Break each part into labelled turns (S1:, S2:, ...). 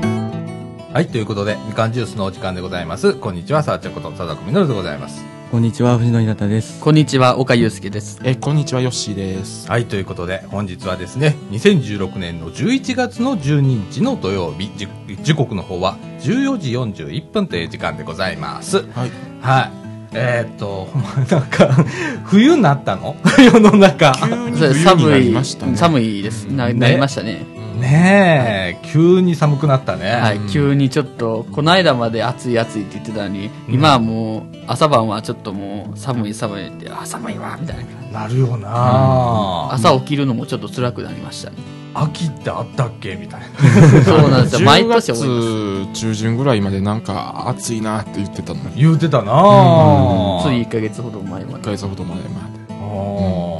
S1: はい、ということで、みかんジュースのお時間でございます。こんにちは、さあちゃんこと、さだこみのるでございます。
S2: こんにちは、藤野ひなたです。
S3: こんにちは、岡祐介です。
S4: えーこんにちは、ヨッシーです。
S1: はい、ということで、本日はですね、2016年の11月の12日の土曜日、じ時刻の方は14時41分という時間でございます。
S4: はい。
S1: はい。えーっと、ほんまなんか、 冬になったの 世の中。
S4: 急に
S3: そう
S4: 冬に
S3: 寒、
S4: ないりましたね。
S3: 寒いです。ななりましたね。
S1: ねえ、急に寒くなったね。
S3: はい、急にちょっと、この間まで暑い暑いって言ってたのに、今はもう、朝晩はちょっともう、寒い寒いって、あ、寒いわ、みたいな感じ。
S1: なるよな、
S3: 朝起きるのもちょっと辛くなりましたね。
S1: 秋ってあったっけみたいな。
S3: そうなんですよ。毎年
S4: 10
S3: 思います。
S4: 月中旬ぐらいまでなんか暑いなって言ってたのに、
S1: 言うてたなあ
S3: つい1ヶ月ほど前ま
S4: 1
S3: で。
S4: ヶ月ほど前まで。
S1: あー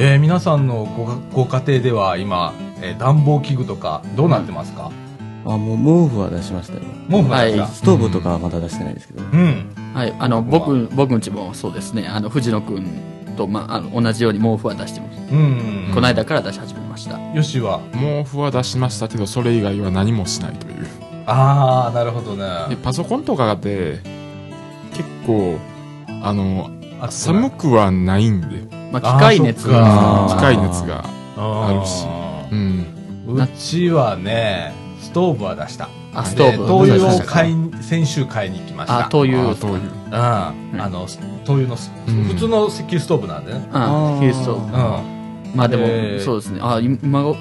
S1: えー皆さんのごがご家庭では今、えー暖房器具とかどうなってますか、
S2: あ、もう毛布は出しましたよ。
S1: 毛布なんですか、
S3: はい
S2: ストーブとかはまだ出してないですけど。
S1: うん
S3: はい、あの、僕、僕んちもそうですね。あの、藤野くんと、まあ、あの同じように毛布は出してます。
S1: うん
S3: この間から出し始めました。
S1: よしは
S4: 毛布は出しましたけど、それ以外は何もしないという。
S1: ああなるほどね
S4: で、パソコンとかで、結構、あの、
S1: あ
S4: 寒くはないんで、
S3: まあ、機械熱
S1: あーそっか
S3: が、
S2: あー
S4: 機械熱が。
S1: あ
S4: あるしうん。
S1: うちはねストーブは出した
S3: あ、ストーブ
S1: で灯油を
S3: 出しましたか
S1: 買いに先週買いに行きました
S3: あ、灯油
S4: あという。
S1: うんあの灯油のス
S4: うん
S1: 普通の石油ストーブなんでね
S3: あ
S2: あー
S3: 石油ストー
S1: う
S3: ブ。
S1: ん
S3: まあでも、
S1: えー
S3: そうですね。あ、今ご、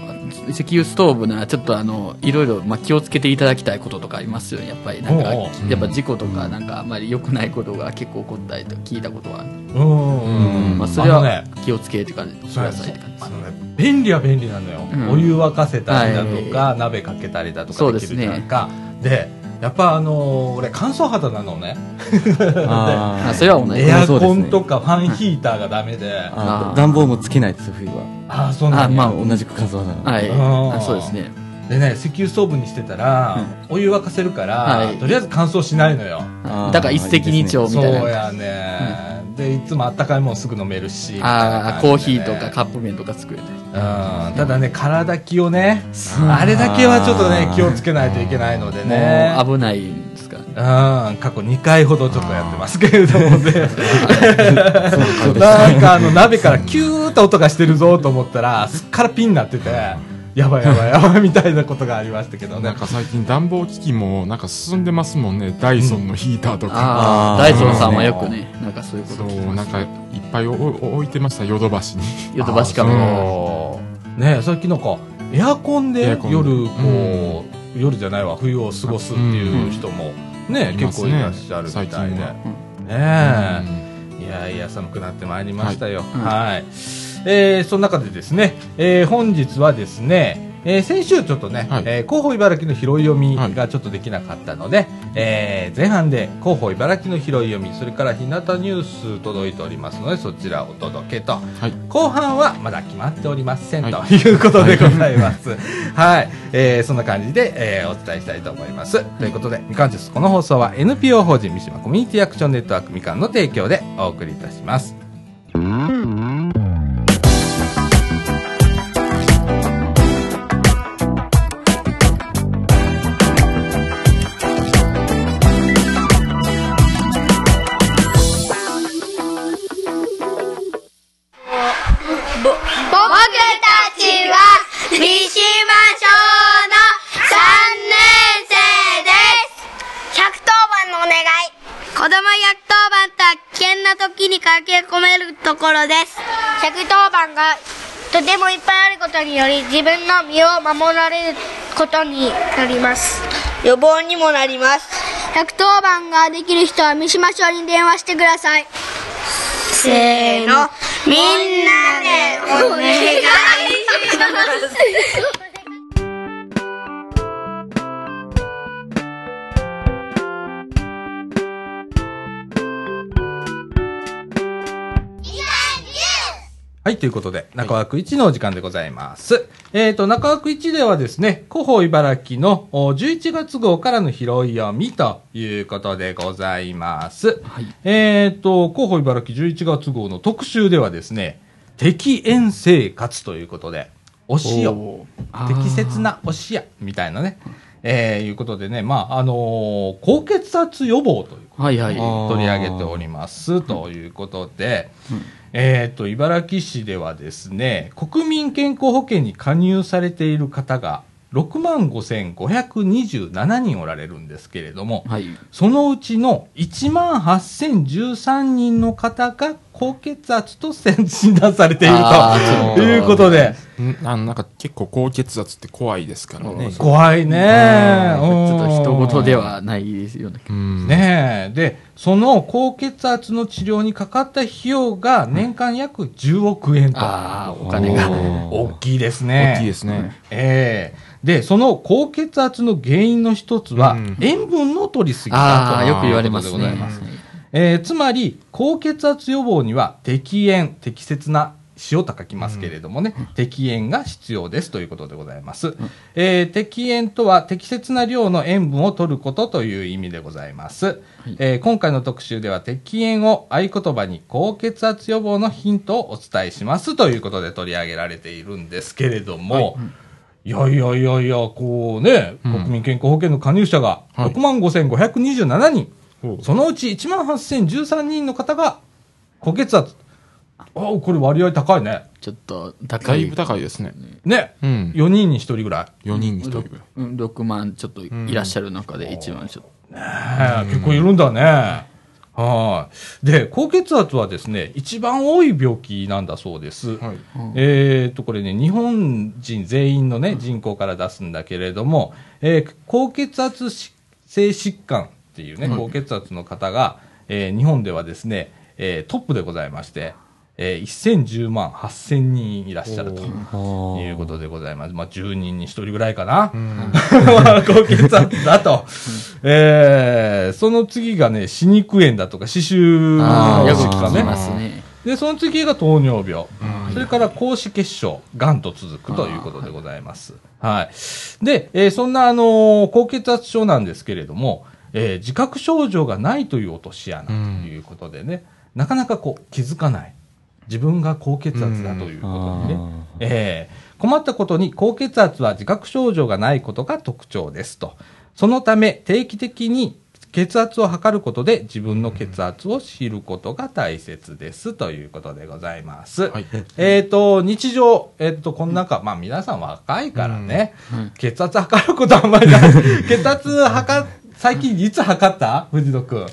S3: 石油ストーブなら、ちょっとあの、いろいろ、まあ、気をつけていただきたいこととかありますよね。やっぱり、なんか、
S1: おうお
S4: う
S3: やっぱ事故とか、なんか、あんまり良くないことが結構起こったりと聞いたことはある。
S1: うん
S4: うん
S3: まあ、それは、
S1: あのね
S3: 気をつけてくだ
S1: そうや
S3: さ
S1: そう
S3: いって感じ
S1: あのね便利は便利なのよ、
S3: うん
S1: お湯沸かせたりだとか、鍋かけたりだとか
S3: そう
S1: でき
S3: です
S1: る
S3: ね
S1: じゃないかで,、やっぱあのー俺乾燥肌なのね
S2: あー
S3: あそれは同じ
S1: エ
S3: ね
S1: ア
S2: そうで
S1: コ
S2: す
S1: ン
S2: ね
S1: とかファンヒーターがダメで、あ
S2: あ
S3: あー
S2: 暖房もつけないです、冬は。
S1: あーそうなんや
S3: あまあ
S2: 同じく数はなので。
S3: はい。
S1: うん
S3: あそうですね。
S1: でね石油ストーブにしてたら、お湯沸かせるから、
S3: はい
S1: とりあえず乾燥しないのよ
S2: あー
S3: だから、一石二鳥み
S1: そう
S3: たいな。
S1: やね、でいつもあったかいもんすぐ飲めるしみたいな
S3: ああ、コー
S1: 感じ
S3: ヒ
S1: で
S3: ー
S1: ね
S3: とかカップ麺とか作れたり。
S1: うんただね体気をねあれだけはちょっとね気をつけないといけないのでね
S3: もう危ないんですから
S1: う
S3: ね。
S1: ん、過去2回ほどちょっとやってますけれどもね、
S2: そうです
S1: なんかあの鍋からキューッと音がしてるぞと思ったら、すっからピンになってて、やばいやばいやばいみたいなことがありましたけど
S4: な
S1: ね
S4: ん。か最近暖房機器もなんか進んでますもんね。ダイソンのヒーターとか。
S3: ああ、
S2: あ
S3: ダ
S2: ー
S3: イソンさんはよくね、なんかそういうこ
S4: そ
S3: と聞き
S4: う、
S3: ま
S4: なん
S3: す。
S4: かいっぱいおお置いてました、ヨドバシに。
S3: ヨドバシカメラ。
S1: そうねえさっきなんか、エアコン
S4: エ
S1: で
S4: アコンで
S1: 夜、こう、夜じゃないわ、冬を過ごすっていう人も、ね
S4: うん
S1: 結構いらっしゃるみたいで。
S4: いますね
S1: ね
S4: 最
S1: え。いやいや、寒くなってまいりましたよ。
S3: うん
S1: はい。えーその中でですね、えー本日はですね、えー先週ちょっとね、
S4: はい
S1: えー広報茨城の拾い読みがちょっとできなかったので、えー前半で広報茨城の拾い読み、それから日向ニュース届いておりますので、そちらをお届けと。
S4: はい。
S1: 後半はまだ決まっておりません、
S4: はい
S1: ということでございます。はい。えーそんな感じで、えーお伝えしたいと思います。ということで、みかんジュース、この放送は NPO 法人三島コミュニティアクションネットワークみかんの提供でお送りいたします。
S5: 僕たちは三島小の3年生です110番のお願い子供110番と危険な時に駆け込めるところです110番がとてもいっぱいあることにより自分の身を守られることになります
S6: 予防にもなります
S5: 110番ができる人は三島署に電話してくださいせーのみんなでお願いします
S1: はい、ということで、中枠1のお時間でございます。えっ、と、中枠1ではですね、広報茨城のお11月号からの拾い読みということでございます。
S3: はい
S1: えっ、と、広報茨城11月号の特集ではですね、適縁生活ということで、お塩、
S3: おー
S1: 適切なお塩みたいなね、えーいうことでね、まあ、あのー高血圧予防ということ
S3: はいはい。
S2: あー
S1: 取り上げておりますということで、えっ、と、茨城市ではですね、国民健康保険に加入されている方が6万5527人おられるんですけれども、
S3: はい。
S1: そのうちの1万8013人の方が高血圧と診断されている
S3: あ
S2: ー
S1: ということで、
S4: んあのなんか結構高血圧って怖いですからね。
S1: 怖いね。
S3: ちょっと人事ではないですよね。
S4: うん。
S1: ねえ。で、その高血圧の治療にかかった費用が年間約10億円と。
S3: ああ、お金が。
S1: 大きいですね。
S4: 大きいですね。
S1: ええで、その高血圧の原因の一つは、
S4: うん
S1: 塩分の取りすぎ
S3: あ
S1: だ
S3: あ、
S1: と。
S3: よく言われます
S1: という
S3: ね
S1: ことでございま。えーつまり、高血圧予防には、適塩、適切な塩と書きますけれどもね、適塩が必要ですということでございます。えー適塩とは、適切な量の塩分を取ることという意味でございます。えー今回の特集では、適塩を合言葉に高血圧予防のヒントをお伝えしますということで取り上げられているんですけれども、いやいやいやいや、こうね、
S4: うん
S1: 国民健康保険の加入者が
S4: はい
S1: 6万5527人、
S4: ほう
S1: そのうち1万8013人の方が高血圧。あこれ割合高いね。
S3: ちょっと高
S4: だい
S3: い
S4: ぶ。高いですね。
S1: ね、
S4: うん。
S1: 4人に1人ぐらい。
S4: 4人に1人ぐらい。
S3: うん6万ちょっといらっしゃる中で1万ちょっと。
S1: ねえ結構いるんだね。はい。で、高血圧はですね、一番多い病気なんだそうです。
S4: はい。
S1: えー、とこれね、日本人全員の、ね、人口から出すんだけれども、えー高血圧し性疾患っていうね、高血圧の方が、えー日本ではですね、えートップでございまして、えー、1010万8000人いらっしゃると。
S2: お
S1: いう
S2: ー
S1: ことでございます。まあ、10人に1人ぐらいかな。 まあ高血圧だと。えー、その次がね、歯肉炎だとか、歯周
S3: ああ、
S1: の
S3: よく
S1: 疾
S3: 聞
S1: 患
S3: き
S1: ね。
S3: ますね。
S1: で、その次が糖尿病。それから、高脂血症、癌と続くということでございます。はい。で、えーそんな、あのー高血圧症なんですけれども、えー自覚症状がないという落とし穴ということでね、なかなかこう、気づかない。自分が高血圧だということにね、えー困ったことに高血圧は自覚症状がないことが特徴ですと。そのため定期的に血圧を測ることで自分の血圧を知ることが大切ですということでございます。
S4: はい
S1: えっ、と、日常、えっ、と、この中、まあ皆さん若いからね、血圧測ることはあんまりない。血圧測っ、最近いつ測った藤野くん。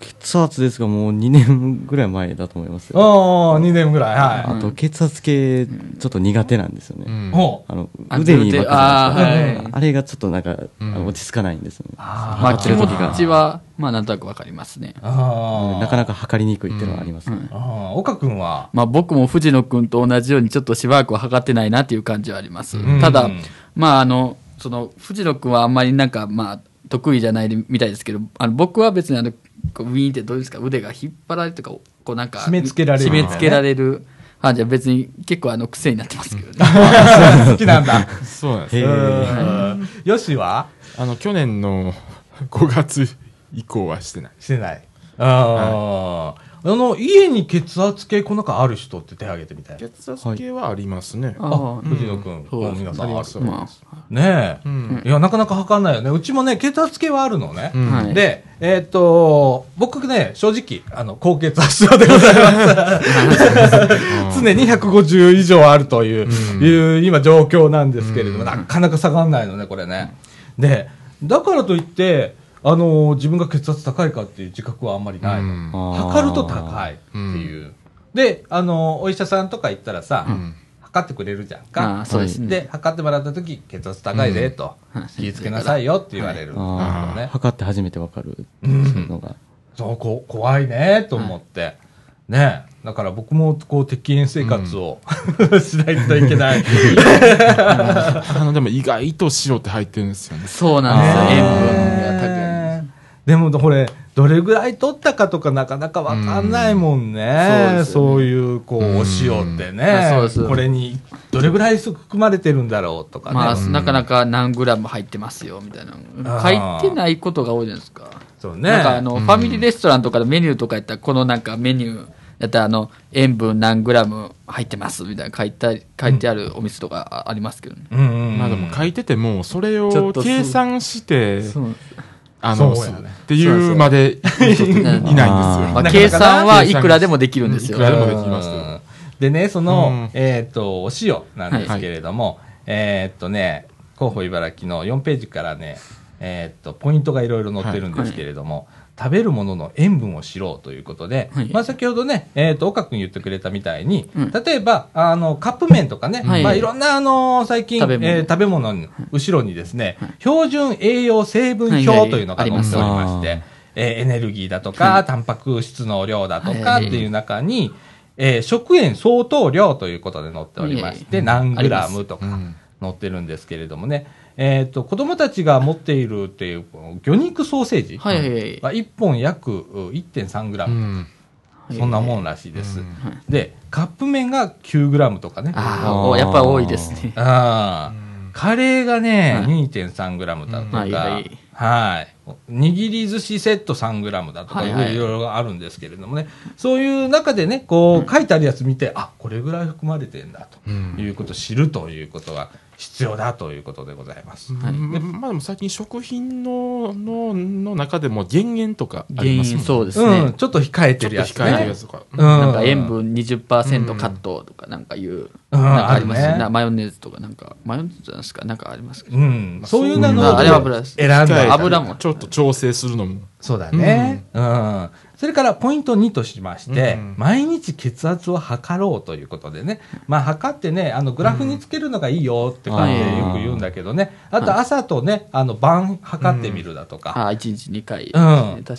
S2: 血圧ですが、もう2年ぐらい前だと思いますよ
S1: おー、2年ぐらい。は
S2: あと、血圧計、ちょっと苦手なんですよね。
S1: い。ほう。
S2: あの
S3: あ
S2: 腕に巻くじゃないです
S1: 腕あー
S2: か
S1: はい
S2: あれがちょっとなんか、あの落ち着かないんですよね。
S3: まあ気持ちは、まあなんとなくわかりますね。
S1: あー
S2: なかなか測りにくいっていうのはありますね。
S1: あー。岡くんは
S3: まあ僕も藤野くんと同じようにちょっとしばらくは測ってないなっていう感じはあります。
S1: ん
S3: ただ、まああの、その藤野くんはあんまりなんかまあ得意じゃないみたいですけど、あの僕は別にあの、こうウィーンってどうですか腕が引っ張られるとか、こうなんか、
S1: 締め付けられる
S3: 締め付けられる。あじゃあ別に結構あの癖になってますけどね。
S1: 好きなんだ。
S4: そうなんです
S2: へ
S4: ね。
S2: ー
S1: よしは
S4: あの、去年の 5月以降はしてない。
S1: してない。あーあの、家に血圧計この中ある人って手挙げてみたい。
S4: 血圧計はありますね。
S3: ああ
S1: 藤野くん、もう皆さんある。
S4: そうです。
S1: ねえ、いや、なかなか測んないよね。うちもね、血圧計はあるのね。
S4: ん
S3: はい
S1: で、えーっと、僕ね、正直、あの、高血圧症でございます。常に150以上あるという、いう今状況なんですけれども、なかなか下がんないのね、これね。で、だからといって、あの自分が血圧高いかっていう自覚はあんまりないの。
S4: うん
S1: 測ると高いっていう。で、あのお医者さんとか行ったらさ、測ってくれるじゃん
S3: あ
S1: か
S3: ー。そうですね
S1: で、測ってもらった時、血圧高いで、と
S3: うん。
S1: 気をつけなさいよって言われるんだ
S2: あ
S1: け
S2: ー
S1: どね。
S2: 測って初めてわかるのが。
S1: そう、こ怖いね、と思って。ねだから僕も、こう、適炎生活を、 しないといけ ない。
S4: あの、でも意外と白って入ってるんですよね。
S3: そうなんですよ。塩分が高い。
S1: ねでも、これ、どれぐらい取ったかとかなかなかわかんないもんね。
S3: うん
S1: そういう、こう、お塩ってね
S3: あそうで。す
S1: これに、どれぐらい含まれてるんだろうとかね。
S3: まあ、なかなか何グラム入ってますよみたいな
S1: あー
S3: 書いてないことが多いじゃないですか、
S1: そうね。
S3: なんかあの、ファミリーレストランとかでメニューとかやったらこのなんかメニューやったらあの塩分何グラム入ってますみたいな書いた書いてあるお店とかあありますけどね、
S1: うんうんうん
S4: まあでも書いてても、それ
S3: ちょ
S4: を
S3: っとそう
S4: 計算して、
S3: そう
S4: あの、
S1: そうやね
S4: っていうまでいる人っていないんですよ。
S3: まあ、
S1: なかなかな
S3: 計算はいくらでもできるんですよ
S4: いくらでもできますよ
S1: うんでね、その、えっ、と、お塩なんです
S3: はい
S1: けれども、えっ、とね、広報茨城の4ページからね、えっ、と、ポイントがいろいろ載ってるんですけれども、食べるものの塩分を知ろうということで、
S3: はい
S1: まあ先ほどね、えっ、と、岡君言ってくれたみたいに、
S3: うん
S1: 例えば、あの、カップ麺とかね、
S3: はい
S1: い、まあいろんな、あの最近、
S3: 食べ物
S1: えー食べ物の後ろにですね、標準栄養成分表というのが載っておりまし
S2: はいはいあります
S1: て
S2: ね、
S1: えーエネルギーだとか、タンパク質の量だとかっ
S3: は
S1: て
S3: い
S1: いう中に、えー食塩相当量ということで載っておりまして、
S3: うん
S1: 何グラムと
S4: う
S1: か
S4: ん
S1: 載ってるんですけれどもね、えっ、と、子供たちが持っているっていう、この魚肉ソーセージ
S3: はいはいはい
S1: は1本約う1.3グラ
S4: う
S1: ム、
S4: ん
S1: そんなも
S3: ん
S1: んらしいです。
S4: うん
S1: で、カップ麺が9グラムとかね。
S3: ああおやっぱり多いですね
S1: あーカレーがね、
S3: はい
S1: 2.3グラムだとか、
S3: はいはい
S1: はい握り寿司セット3グラムだとか、
S3: はいいはい
S1: ろいろあるんですけれどもね、そういう中でね、こう書いてあるやつ見て、あ、これぐらい含まれてんだ
S4: う
S1: と
S4: ん
S1: いうことを知るということが必要だということでございます。
S4: まあでも最近食品ののの中でも減塩とかあ
S3: 原
S4: ります
S3: 因
S4: もんね
S3: そうですね、
S1: うん、ちょっと控え
S4: ち
S1: て
S4: ょっ
S1: る
S4: と
S1: やつ、ね。
S4: 控えてるやつとか。
S1: うん
S3: なんか塩分20%カットとかなんかいう、なんかあります
S1: あ
S3: よね
S1: るね
S3: マヨネーズとかなんかマヨネーズなんですかなんかありますけど、
S1: うん、そういうの
S3: まああれは油
S1: を
S3: です
S1: 選んだ
S3: 油も
S4: ちょっと調整するのも。
S1: そうだね、うんそれからポイント2としまして、
S4: うん
S1: 毎日血圧を測ろうということでね、まあ、測ってね、あのグラフにつけるのがいいよって感じでよく言うんだけどね、あと朝とね、あの晩測ってみるだとか、
S3: ああ1日2回、
S1: うん
S3: 確かに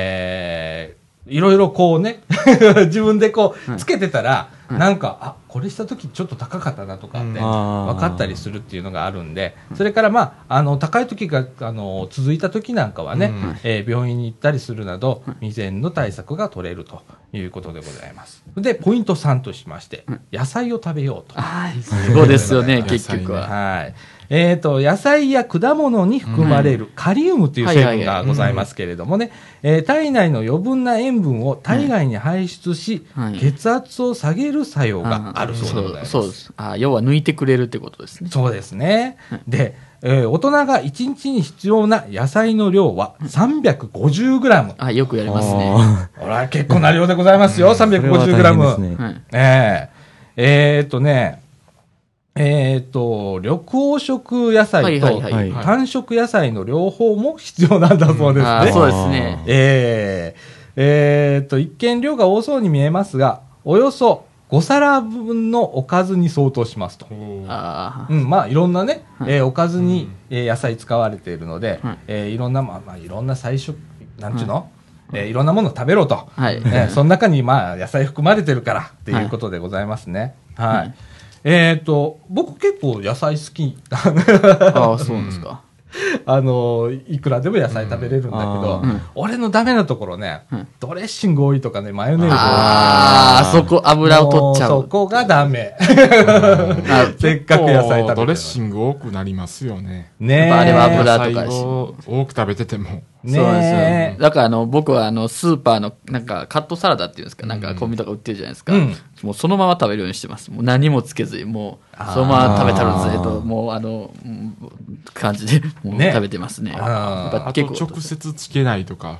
S1: えーいろいろこうね、 自分でこう、つけてたら、なんか、あ、これした時ちょっと高かったなとかって、
S4: うん
S1: 分
S2: あー
S1: かったりするっていうのがあるんで、それからまあ、あの、高い時が、あの、続いた時なんかはね、
S4: うん
S1: えー病院に行ったりするなど、未然の対策が取れるということでございます。で、ポイント3としまして、野菜を食べようと。
S3: ああそうですよね
S4: 野菜ね
S3: 結局は、
S1: はい。えっ、と、野菜や果物に含まれるカリウムという成分がございますけれどもね、えー体内の余分な塩分を体外に排出し、
S3: はいはい
S1: 血圧を下げる作用があるそうでございます。
S3: そうそうですああ要は抜いてくれるってことですね
S1: そうですね。で、えー大人が1日に必要な野菜の量は 350g。
S3: ああよくやりますね、
S2: あ
S1: ほら、結構な量でございますよ、
S2: ーそれは大変
S1: 350g。
S2: ですね
S3: はい、
S1: えええーっとね、えーっと、緑黄色野菜
S3: はい
S1: と
S3: はい
S2: はい
S1: 単色野菜の両方も必要なんだそうです
S3: ああ
S1: ね。
S3: そうですね
S1: えーえーっと、一見量が多そうに見えますが、およそ5皿分のおかずに相当しますと。
S3: ああ
S1: うん、まあいろんなね、えーおかずに、えー野菜使われているので、
S3: はい
S1: えーいろんな、まあ、まあいろんな菜食、なんちゅうの、いえーいろんなものを食べろと、
S3: はい
S1: えーその中にまあ野菜含まれてるからっていうことでございますね。はい。
S3: うん
S1: えっ、と、僕結構野菜好き。
S3: ああそうですか、
S1: あのいくらでも野菜食べれるんだけど、
S3: うんあーうん
S1: 俺のダメなところね、
S3: うん
S1: ドレッシング多いとかね、マヨネーズ多いとか。
S3: ああそこ油を取っちゃ
S1: もう
S3: う
S1: そこがダメ。
S3: あ
S1: せっかく野菜食べてるのに
S4: ドレッシング多くなりますよね。
S1: ねえ。
S3: あれは油
S4: 野
S3: とか
S4: 菜
S3: やし
S4: を多く食べてても。
S1: ね
S3: そうですよ
S1: え
S3: ね。だからあの、僕はあの、スーパーの、なんか、カットサラダっていうんですか、なんかコンビニとか売ってるじゃないですか。
S1: うん
S3: もうそのまま食べるようにしてます。もう何もつけずに、もう、そのまま食べたらずっと、もうあの、うん感じで、もう
S1: ね
S3: 食べてますね。
S1: あー
S3: やっぱ
S4: あと
S3: 結構
S4: 直接つけないとか、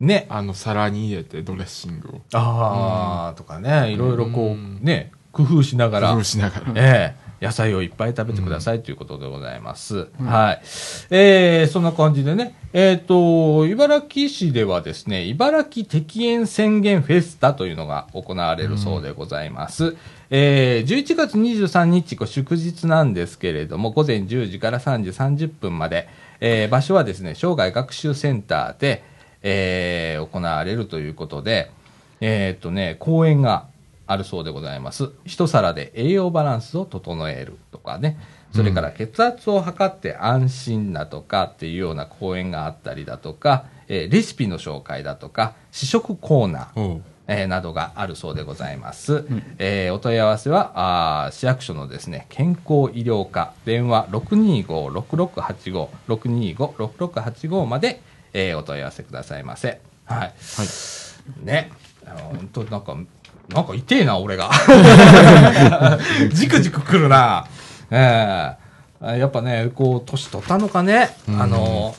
S1: ね。
S4: あの皿に入れてドレッシングを
S1: ああ、とかね、いろいろこ
S4: うん
S1: う、ね、工夫しながら
S4: 工夫、しながら。
S1: ええ、野菜をいっぱい食べてくださいということでございます。はい。えー、そんな感じでね、えっ、と、茨城市ではですね、茨城適縁宣言フェスタというのが行われるそうでございます。えー、11月23日、これ祝日なんですけれども、午前10時から3時30分まで、えー場所はですね、生涯学習センターで、えー行われるということで、えーっとね、公演があるそうでございます。一皿で栄養バランスを整えるとかね、それから血圧を測って安心だとかっていうような講演があったりだとか、えーレシピの紹介だとか、試食コーナー、
S4: おう
S1: えーなどがあるそうでございます。えーお問い合わせはあー市役所のですね、健康医療課、電話625-6685、625-6685まで、えーお問い合わせくださいませ。はい。ね。本当なんか、なんか痛えな、俺 が。じくじくくるな。ええやっぱね、こう、年取ったのかね、あの、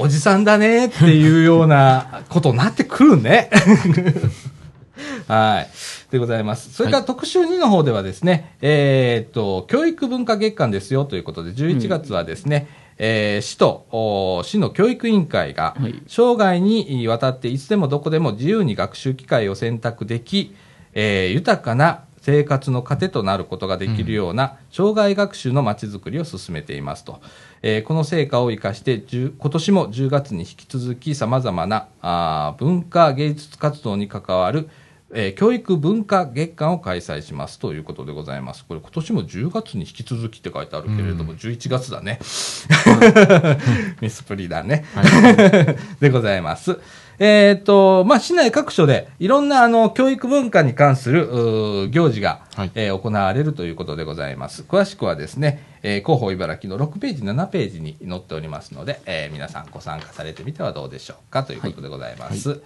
S1: おじさんだねっていうようなことになってくるね。はい。でございます。それから特集2の方ではですね、えーっと、教育文化月間ですよということで、11月はですね、えー市とお市の教育委員会が、
S3: はい
S1: 生涯にわたっていつでもどこでも自由に学習機会を選択でき、えー豊かな生活の糧となることができるような、障害学習のまちづくりを進めていますと、えーこの成果を生かして10今年も10月に引き続きさまざまなあー文化芸術活動に関わる、えー教育文化月間を開催しますということでございます。これ今年も10月に引き続きって書いてあるけれども、11月だね。 ミスプリだね。 でございます。えっ、と、まあ、市内各所でいろんなあの教育文化に関するうー行事が、
S4: はい
S1: えー行われるということでございます。詳しくはですね、えー広報茨城の6ページ、7ページに載っておりますので、えー皆さんご参加されてみてはどうでしょうかということでございます。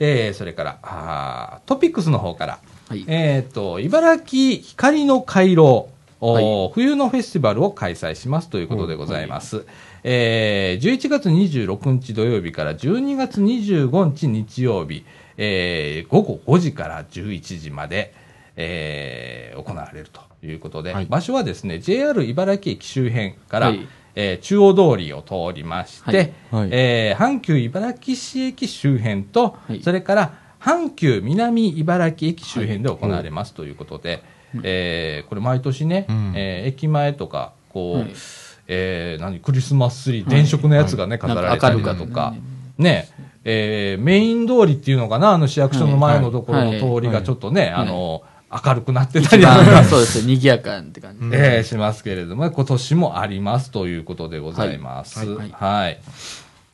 S1: えーそれからあートピックスの方から、
S3: はい
S1: えっ、と、茨城光の回廊、おー冬のフェスティバルを開催しますということでございます。えー11月26日土曜日から12月25日日曜日、えー午後5時から11時まで、えー行われるということで、
S4: はい
S1: 場所はですね、JR 茨城駅周辺から、
S3: はい
S1: えー中央通りを通りまして、
S3: はい
S2: はい
S1: えー阪急茨城市駅周辺と、
S3: はい
S1: それから阪急南茨城駅周辺で行われますということで、えーこれ毎年ね、
S4: うん
S1: えー駅前とかこう、
S3: はい
S1: えー何クリスマスツリー電飾のやつがね、飾られたりだとか
S3: なんか明るく
S1: ねえーメイン通りっていうのかなあの市役所の前のところ
S3: はい
S1: の通りがちょっとね、あの明るくなってた
S3: 一
S1: りだとか
S3: 番そうですよ、賑やかって感じ。
S1: えーしますけれども、今年もありますということでございます。は。
S3: はいい
S1: は
S3: はいい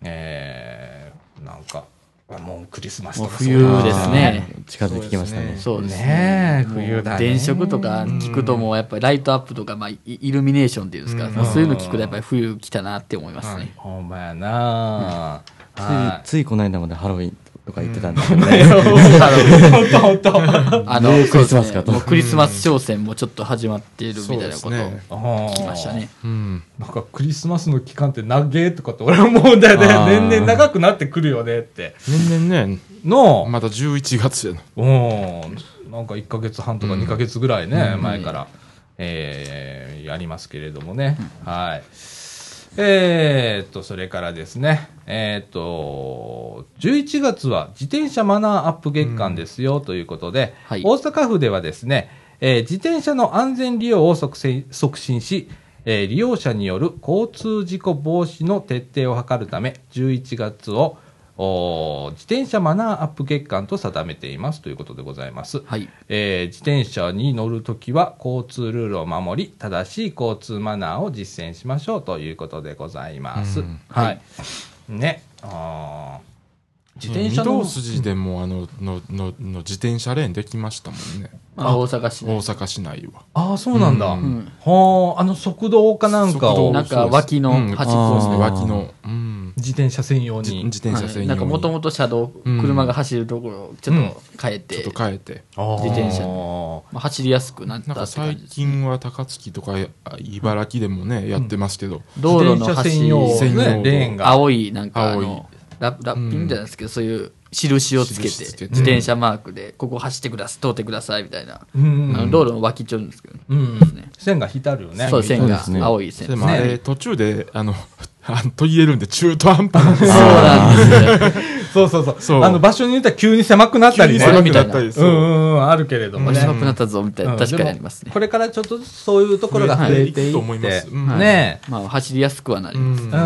S3: え
S1: ーなんか、あもうクリスマス
S3: も
S1: と
S3: う
S1: か
S3: 冬
S1: そう
S3: ですね。
S2: 近づいてきましたね。
S3: そうです
S1: ねえ冬だね
S3: 電飾とか聞くともうやっぱりライトアップとか、まあ、イイルミネーションっていうんですか、まあそういうの聞くとやっぱり冬来たなって思いますね。
S1: ほんまやな
S2: つい
S1: あ、
S2: ついこの間までハロウィンとか言ってたんですけどね。
S1: ほんと ほんと。
S3: あの、
S2: もうクリスマスかと
S3: そうですねもうクリスマス商戦もちょっと始まっているみたいなこと
S4: そ
S3: を
S4: うです
S3: 聞
S4: ね
S1: 聞
S3: きましたね。。
S4: うん。
S1: なんかクリスマスの期間って長えとかって俺思うんだよね
S2: あ。ー
S1: 年々長くなってくるよねって。
S4: 年々ね、
S1: の、
S4: まだ11月やな。
S1: うん、なんか1か月半とか
S4: うん
S1: 2か月ぐらいね、前から、えーやりますけれどもね、はい。えーっと、それからですね、えーっと、11月は自転車マナーアップ月間ですよということで、
S3: はい
S1: 大阪府ではですね、えー自転車の安全利用を促進促進し、えー利用者による交通事故防止の徹底を図るため、11月をおー自転車マナーアップ月間と定めていますということでございます。
S3: はい。
S1: えー自転車に乗るときは交通ルールを守り、正しい交通マナーを実践しましょうということでございます。
S4: うん
S1: はい。ね。あー自転
S4: 自
S1: 車の
S4: 動筋でもあのののの自転車レーンできましたもんね。
S3: まあ、大阪市
S4: 大
S3: の、
S4: 阪市内は。
S1: ああ、そうなんだ。
S4: うん
S3: うん
S1: はあ、あの側道かなんか
S4: 側
S1: を
S4: 道
S3: なんか脇の
S4: うん
S3: 端っ
S4: そう
S3: こ
S4: ですね、
S2: あー
S4: 脇の。うん。
S1: 自転車専用
S4: じ
S1: に。
S4: 自転車専用
S3: なん
S4: に
S3: かもともと車道、
S4: うん
S3: 車が走るところをちょっと変えて、
S4: ちょっと変えて。
S1: 自
S3: 自転車
S1: 車。
S3: まあ、走りやすくなっ
S4: なん
S3: た
S4: か
S3: って感
S4: 最
S3: じです。
S4: 近は高槻とかあ茨城でもね、やってますけど、
S3: 道路の
S1: 自転車
S3: 端
S1: 専用の
S4: 専用
S1: ね、
S4: の
S1: レーンが。
S3: 青いなんかあ
S4: 青い
S3: のララッピングじゃないですけど、そういう印をつけて
S4: 印つけて
S3: 自転車マークでここ走ってください通ってくださいみたいな、
S1: うんうんうん
S3: あの道路の脇っちょるんですけど、
S1: うん
S3: ね
S1: 線が引いてあるよね。
S3: そう線
S2: そうで
S3: が
S2: すね
S3: 青い線
S4: でもあ
S1: ね
S4: れ、途中で、あの、 あの途切れるんで、中途半端なんです
S3: そう
S4: よ
S3: なんですよ
S1: そうそうそう
S4: そう
S1: あの場所によっては急に狭くなったりね。
S4: 急に狭くなったり、
S1: う
S4: そ
S1: ん
S4: う
S1: うんうん、あるけれども
S3: 面
S1: ね。
S3: 白くなったぞみたいな、
S1: うん
S3: 確かにあります
S1: でも
S3: ね、
S1: これからちょっとずつそういうところが増えてい
S4: はいいいと
S1: っ
S4: 思いま
S1: て
S4: すうん
S1: ね
S3: まあ、走りやすくはなり
S4: う
S3: ます、
S1: え、
S4: ん
S1: う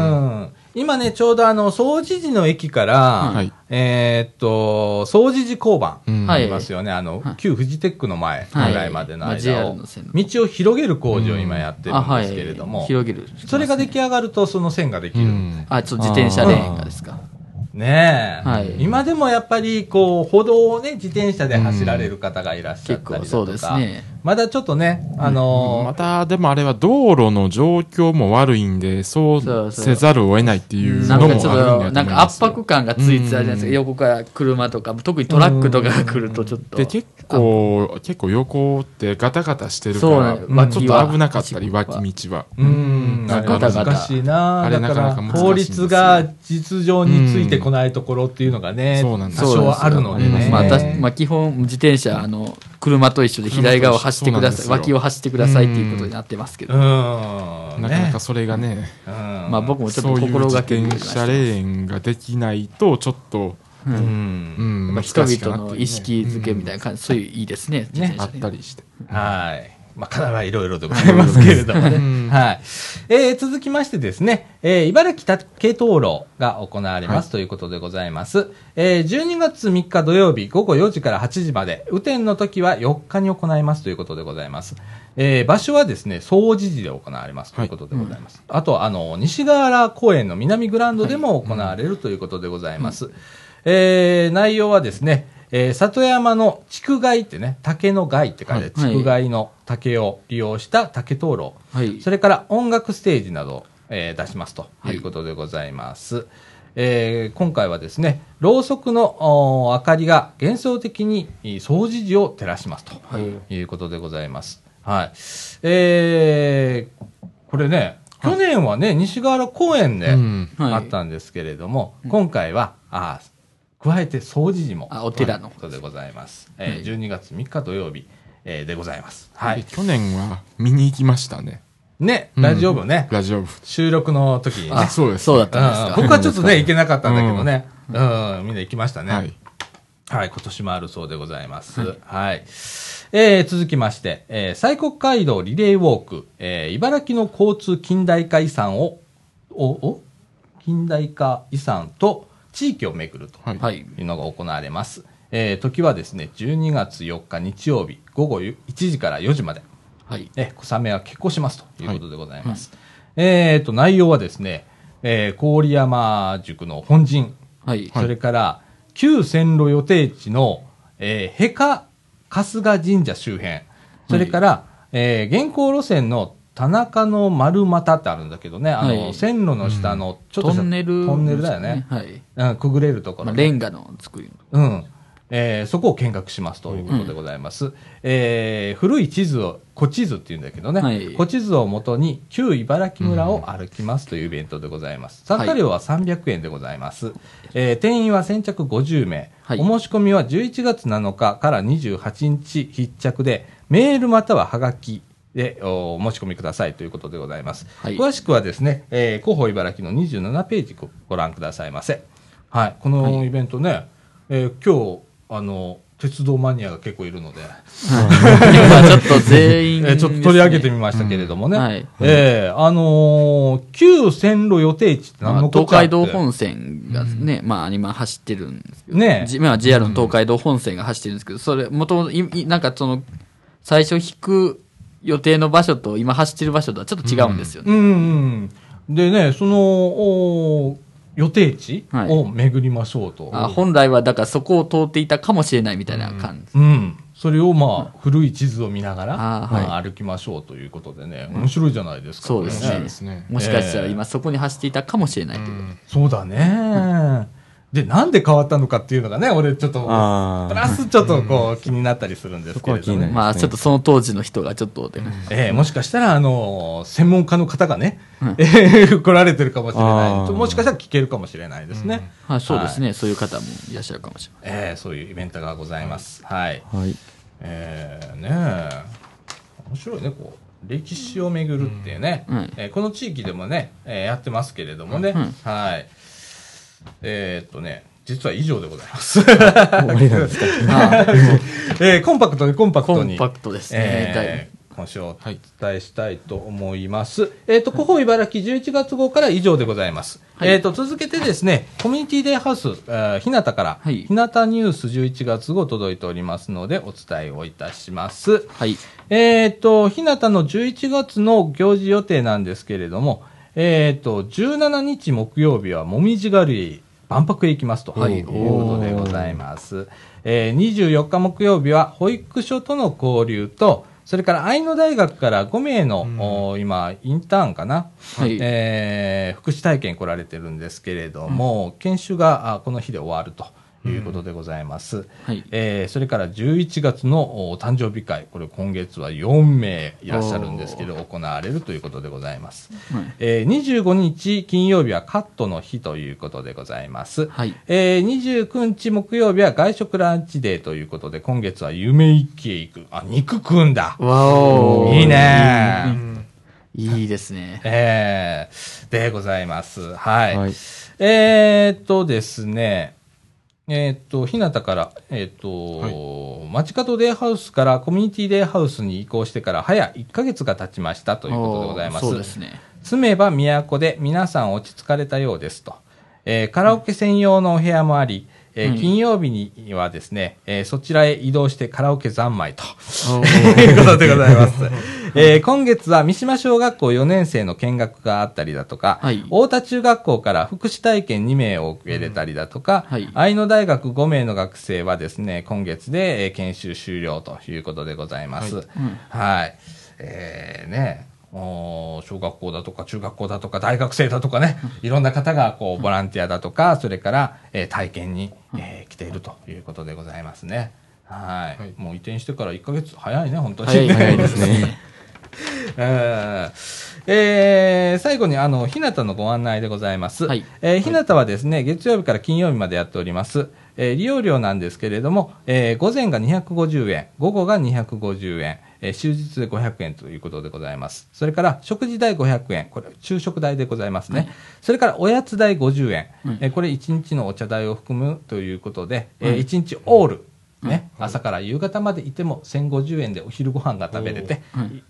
S1: ん今ね、ちょうどあの、総知事の駅から、
S4: はい
S1: えーっと、総知事交番。
S4: うん
S3: はい
S1: ありますよね。あの、旧フジテックの前ぐ
S3: はい
S1: らいまでの
S3: まあ
S1: 間
S3: JR
S1: を
S3: の線、の
S1: 道を広げる工事を今やってる
S3: あ
S1: ん
S3: は
S1: で
S3: い
S1: すけれども、
S3: 広げる
S1: それが出来上がるとその線ができるんで。
S3: あちょっと自転車レーンがですか、
S1: ねえ、
S3: はい
S1: 今でもやっぱりこう歩道をね自転車で走られる方がいらっしゃったりだとか、
S3: うん結構そうですね
S1: まだちょっとねあの
S4: また、でもあれは道路の状況も悪いんで、そ
S3: そう
S4: う
S3: そう
S4: せざるを得ないっていう
S3: な
S4: の
S3: ん
S4: も
S3: か
S4: あるん
S3: ちょ
S4: だ
S3: っ
S4: と思い
S3: と、
S4: ます。
S3: なんか圧迫感がついてたじゃないですか。
S4: うん
S3: 横から車とか、特にトラックとかが来るとちょっと。
S4: で、結構、結構横ってガタガタしてるか
S3: そうな
S4: ら、
S3: ん
S4: まあちょっ
S3: 脇は
S4: と危なかったり、
S3: 脇は
S4: 脇道は。
S1: うん、あれ
S3: ガタガタ
S1: 難しいな
S4: あれ
S1: だか
S4: な
S1: ら
S4: かなか難しいんですよ
S1: 法律が実情についてこないところっていうのがね、
S4: そうなんです
S1: 多少はあるので
S4: そうなんで
S1: ね。
S4: すよ
S3: まあ、
S4: ね
S3: たまあ、基本、自転車、あの、車と一緒で左側を走ってください、
S4: 車と一緒
S3: 脇を走ってくださいっていうことになってますけど、
S1: うん、
S4: なかなかそれがね、
S1: ね、
S3: まあ、僕もちょっ
S4: そ
S3: と
S4: ういう
S3: 心
S4: 自
S3: がけて
S4: 転車レーンができないと、ちょっと、
S1: うん、
S4: うん、まあ
S3: 人
S4: 難しいかな
S3: 々
S4: っ
S3: の
S4: ていうね
S3: 意識づけみたいな感じ、そういういいですね、
S1: ね
S3: 自転車
S4: あっ
S3: ね
S4: たりして。
S1: はい。まあ、課題はいろいろでございますけれど もね。はい。えー続きましてですね、えー茨城竹灯籠が行われますということでございます。えー12月3日土曜日午後4時から8時まで、雨天の時は4日に行いますということでございます。えー場所はですね、総除寺で行われますということでございます。あと、あの、西河原公園の南グラウンドでも行われるということでございます。えー内容はですね、えー里山の竹害ってね、竹の害って書いてある、
S3: はい
S1: 竹害の竹を利用した竹灯籠、
S3: はい
S1: それから音楽ステージなど、えー出しますということでございます。えー今回はですね、ろうそくのお明かりが幻想的に掃除時を照らしますということでございます。はい。えーこれね、去年はね、西側原公園で、
S4: うん
S3: はい
S1: あったんですけれども、今回は、あー加えて掃除時も、
S3: あお寺の
S1: ということでございます。えー12月3日土曜日、えーでございます。は
S4: で
S1: い。
S4: 去年は見に行きましたね。
S1: ね、
S4: うん
S1: ラジオ部ね、
S4: ラジオ部。
S1: 収録の時にね、
S4: あそうです
S3: そうだっ
S1: う
S3: た
S1: ん
S3: んですか。
S1: 僕はちょっとね、行けなかったんだけどね、うん、みんな行きましたね。
S4: はい。
S1: はい、今年もあるそうでございます。はい。えー続きまして、えー、西国街道リレーウォーク、えー茨城の交通近代化遺産を、お、お近代化遺産と地域を巡ると
S4: はい。
S3: はい。
S1: いうのが行われます。えー時はですね、12月4日日曜日午後1時から4時まで、
S3: はい。
S1: えー小雨は結構しますということでございます。えっ、と、内容はですね、えー郡山塾の本陣、
S3: はい。
S1: それから、旧線路予定地の、えー、へか春日神社周辺、それから、えー現行路線の田中の丸股ってあるんだけどね、あの、
S3: はい
S1: 線路の下の、ちょっと
S3: ト
S1: した
S3: ンネル。
S1: トンネルだよね。
S3: はい。
S1: うん、くぐれるところ
S3: まあ
S1: ね、
S3: レンガの作りの。
S1: うん。えーそこを見学しますということでございます。えー古い地図を、古地図って言うんだけどね、
S3: はい
S1: 古地図をもとに旧茨城村を歩きますというイベントでございます。
S3: い
S1: 参加料は300円でございます。えー定員は先着50名、
S3: はい
S1: お申し込みは11月7日から28日必着で、メールまたははがき、でおお申し込みくださいということでございます。
S3: はい
S1: 詳しくはですね、えー広報茨城の27ページごご覧くださいませ。はい、このイベントね、えー今日あの鉄道マニアが結構いるので、
S3: まあちょっと全
S1: えー
S3: 員ですね。
S1: ちょっと取り上げてみましたけれどもね、
S3: うんはい
S1: えーあのー旧線路予定地って何
S3: まあ
S1: のこっ
S3: 東
S1: ちゃって
S3: 海道本線がね、まあ今走ってるんですけど、
S1: ねえ
S3: じまあ JR の東海道本線が走ってるんですけど、それ、もともとい、いなんかその、最初引く予定の場所と今走ってる場所とはちょっと違うんですよね。
S1: うんうん、でねそのおー予定地
S3: はい
S1: を巡りましょうと、
S3: あ本来はだからそこを通っていたかもしれないみたいな感じ。
S1: うん、それをまあ古い地図を見ながら、
S3: あーはい
S1: まあ歩きましょうということでね面白いじゃないですか、
S3: そうです
S1: これ
S3: ね
S4: で。すね
S3: もしかしたら今そこに走っていたかもしれないということ
S1: そうだね。で、なんで変わったのかっていうのがね、俺ちょっと、
S2: あー
S1: プラスちょっとこう気になったりするんですけれ
S2: そこは気
S1: ど
S2: にな
S1: も
S2: る。
S3: まあちょっとその当時の人がちょっとで、
S1: ええもしかしたら、あの専門家の方がね、ええ来られてるかもしれ
S2: あ
S1: ない。
S2: ー
S1: もしかしたら聞けるかもしれないですね。
S3: はい、そうです
S1: はい。
S3: ね、そういう方もいらっしゃるかもしれない。
S1: ええそういうイベントがございます。はい。
S2: はい。
S1: えー、ねえ面白いねこう歴史を巡るっていうね、
S3: うん
S1: えーこの地域でもね、えーやってますけれどもね、
S3: ん
S1: はいえーっとね実は以上でございます、
S2: 俺なんですか。
S1: えーコンパクトにコンパクトに
S3: コンパクトですね
S1: えー今週お伝えしたいと思います。えっ、と、広報茨城11月号から以上でございます。
S3: はい
S1: えっ、と、続けてですね、コミュニティデイハウス、えー日向から、
S3: はい
S1: 日向ニュース11月号届いておりますので、お伝えをいたします。
S3: はい。
S1: えっ、と、日向の11月の行事予定なんですけれども、えっ、と、17日木曜日はもみじ狩り、万博へ行きますと、
S3: はい
S1: いうことでございます。えー、24日木曜日は保育所との交流と、それから愛野大学から5名の、お今、インターンかな、
S3: はい
S1: えー福祉体験来られてるんですけれども、研修があこの日で終わるということでございます。
S3: はい
S1: えーそれから11月のお誕生日会、これ今月は4名いらっしゃるんですけど、行われるということでございます。
S3: はい
S1: えー25日金曜日はカットの日ということでございます。
S3: はい
S1: えー29日木曜日は外食ランチデーということで、今月は夢一揆へ行く。あ、肉食うんだ。
S3: わお
S1: いいね。
S3: いいですね
S1: えーでございます。はい。
S2: はい
S1: えーっとですね、えーっと、ひなたから、えーっと、街角デイハウスからコミュニティデイハウスに移行してから早1ヶ月が経ちましたということでございます。
S3: おーそうですね
S1: 住めば都で皆さん落ち着かれたようですと。えーカラオケ専用のお部屋もあり、えー金曜日にはですね、えーそちらへ移動してカラオケ三昧と。と いうことでございます。えー今月は三島小学校4年生の見学があったりだとか、
S3: はい
S1: 太田中学校から福祉体験2名を受け入れたりだとか、
S3: うんはい
S1: 愛野大学5名の学生はですね、今月でえー研修終了ということでございます。はい。えーね。おー小学校だとか中学校だとか大学生だとかね、いろんな方がこうボランティアだとか、それから、えー体験に、えー来ているということでございますね。はい,、
S4: はい
S1: もう移転してから1ヶ月早いね、本当に。
S3: 早い
S2: 早いですね。
S1: えーえー最後にあの日向のご案内でございます、
S3: はい
S1: えー日向はですね月曜日から金曜日までやっております、えー利用料なんですけれども、えー午前が250円午後が250円、えー終日で500円ということでございますそれから食事代500円これ昼食代でございますね、それからおやつ代50円、えーこれ1日のお茶代を含むということで、えー1日オールね、朝から夕方までいても1050円でお昼ご飯が食べれて、い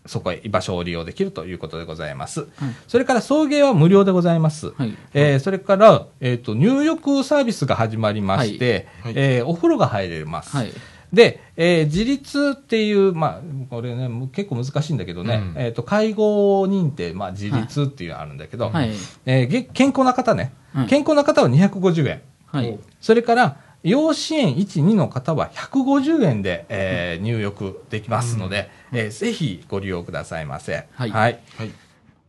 S1: そこへ居場所を利用できるということでございます、それから送迎は無料でございます、
S3: はい
S1: えーそれから、えー、と入浴サービスが始まりまして、
S4: はい
S1: えーお風呂が入れます、
S3: はい
S1: で、えー自立っていう、まあ、これね、む結構難しいんだけどね、
S4: うん
S1: えー、と介護認定、まあ、自立っていうのがあるんだけど、
S3: はい
S1: えーげ健康な方ね、
S3: はい
S1: 健康な方は250円、
S3: はい
S1: それから、養子園1、2の方は150円で、えー入浴できますので、えーぜひご利用くださいませ。
S3: はい
S4: はい。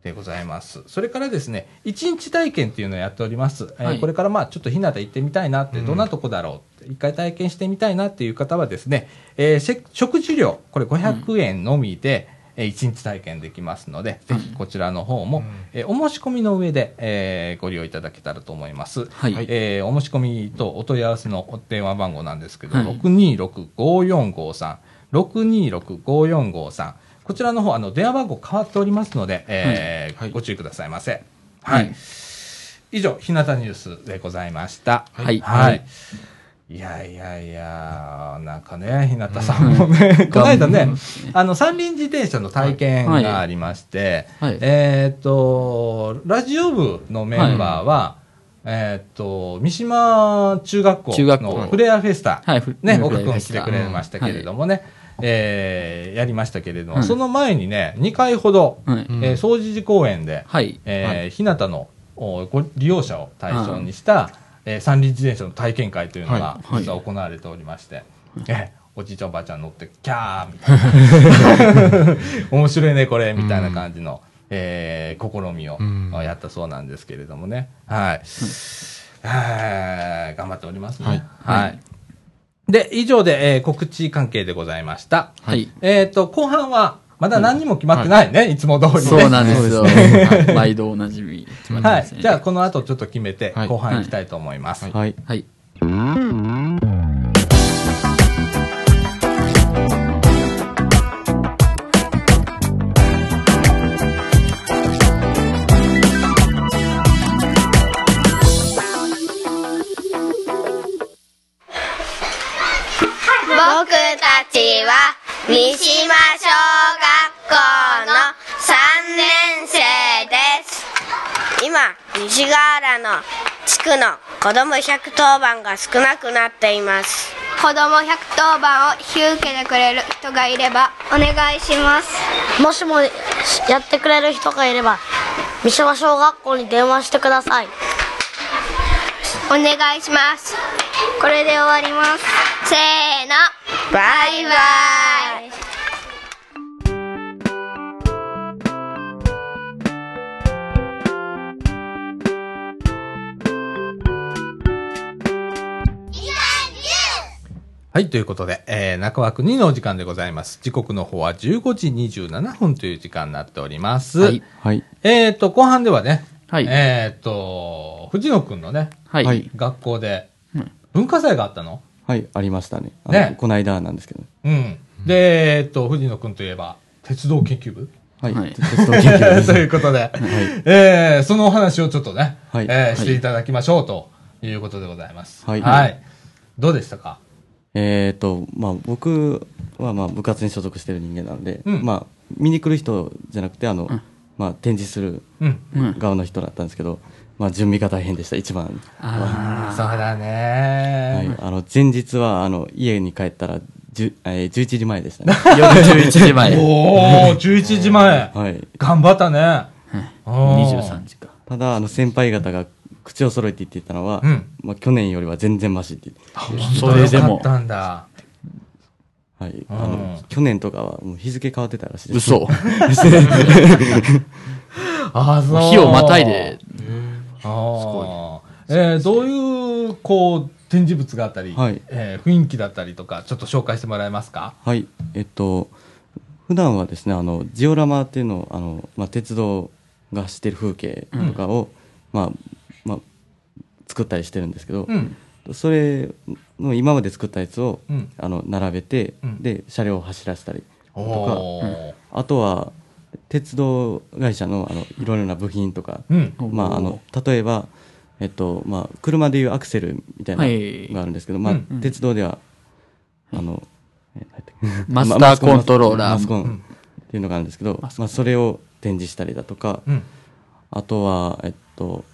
S1: でございます。それからですね、1日体験っていうのをやっております。えー
S3: はい
S1: これからまあちょっと日向行ってみたいなって、どんなとこだろうって、一回体験してみたいなっていう方はですね、えーせ食事料、これ500円のみで、えー1日体験できますので、ぜひこちらの方も、えーお申し込みの上で、えーご利用いただけたらと思います。
S3: はい
S1: えーお申し込みとお問い合わせのお電話番号なんですけど、
S3: はい
S1: 6265453、6265453、こちらの方、あの、電話番号変わっておりますので、えー
S4: はい
S1: ご注意くださいませ。はい。以上、日向ニュースでございました。
S3: はい
S1: はい。いやいやいや、なんかね、日向さんもね、この間ね、あの、三輪自転車の体験
S3: はい
S1: がありまして、
S3: はい
S1: えっ、と、ラジオ部のメンバーは、えっ、と、三島中学校
S3: 中学校
S1: のフレアフェスタ、
S3: はいフ
S1: ね、
S3: フレア
S1: 奥
S3: フェスタ
S1: 君来てくれましたけれどもね、えーやりましたけれども、
S3: はい
S1: その前にね、2回ほど、
S3: はい
S1: えー総除寺公園で、
S3: はい
S1: えー日向のおご利用者を対象にした、えー三輪自転車の体験会というのが
S4: は
S1: 実は行われておりまして、えーおじいちゃんおばあちゃん乗ってキャーみたいな面白いねこれみたいな感じの、えー試みを
S4: うん
S1: やったそうなんですけれどもね、はい、はい頑張っておりますね。
S4: はい
S1: はいで、以上で、えー告知関係でございました。
S3: はい
S1: えっ、と、後半は、まだ何にも決まってないね、い、つも通りね。
S3: そうなんですよはい毎度おなじみ
S1: はい。じゃあ、この後ちょっと決めて、
S4: はい
S1: 後半行きたいと思います。
S2: はい。
S3: はい
S5: 僕たちは三島小学校の3年生です
S6: 今、西河原の地区の子供110番が少なくなっています。
S5: 子供百1番を引き受けてくれる人がいればお願いします
S7: もしもやってくれる人がいれば三島小学校に電話してください
S5: お願いしますこれで終わりますせーのバイバイ
S1: はい、ということで、えー、中枠2のお時間でございます。時刻の方は15時27分という時間になっております。
S3: はい
S2: はい。
S1: えっと、後半ではね、
S3: はい
S1: えっと、藤野くんのね、
S3: はい。
S2: はい
S1: 学校で
S3: うん、
S1: 文化祭があったの
S2: はい、ありましたね。あの
S1: ね
S2: こないだなんですけどね。
S1: うん。で、えっと、藤野くんといえば、鉄道研究部
S2: はい。
S3: はい
S2: 鉄道研究です
S1: ということで、えーそのお話をちょっとね、
S2: はい
S1: えーしていただきましょうということでございます。
S2: はい
S1: どうでしたか
S2: えっと、まあ、僕はまあ部活に所属してる人間なので、
S1: うん
S2: まあ、見に来る人じゃなくて、あの、まあ、展示する
S1: うん。
S3: うん。
S2: 側の人だったんですけど、まあ、準備が大変でした、一番。
S3: あ
S1: そうだ
S2: は
S1: ね
S2: い、あの前日はあの家に帰ったらじゅ、えー、11時前でした ね。
S3: あ。夜11時前。
S1: おー、11時前。
S2: はい、
S1: 頑張ったね。
S3: 23時か。
S2: ただあの先輩方が口を揃えて言っていたのは、
S1: うん
S2: まあ、去年よりは全然マシって言って、
S3: それで
S1: よ
S3: も
S1: か。ったんだ。
S2: はいあの去年とかはもう日付変わってたらしいです。
S3: 嘘。
S1: あーそう。
S3: 日をまたいで。
S1: あー。えーどういう、こう、展示物があったり、
S2: はい
S1: えー雰囲気だったりとか、ちょっと紹介してもらえますか
S2: はい、えっと普段はですねあのジオラマっていうのをあの、まあ、鉄道が走ってる風景とかを、まあまあ、作ったりしてるんですけど、
S1: うん。
S2: それの今まで作ったやつを、
S1: うん
S2: あの並べて、
S1: うん
S2: で車両を走らせたりと
S1: お
S2: か
S1: ー。
S2: あとは鉄道会社のあのいろいろな部品とか、
S1: うん。
S2: まあ、あの例えば、えっとまあ、車でいうアクセルみたいな
S3: はい
S2: のがあるんですけど、まあ
S1: うん
S3: うん
S2: 鉄道では、あのえなんていうか
S3: マスターコントローラー
S2: マスコン
S1: うん
S2: っていうのがあるんですけど、
S3: マスコン
S2: まあ、それを展示したりだとか、
S1: うん。
S2: あとは、えっと、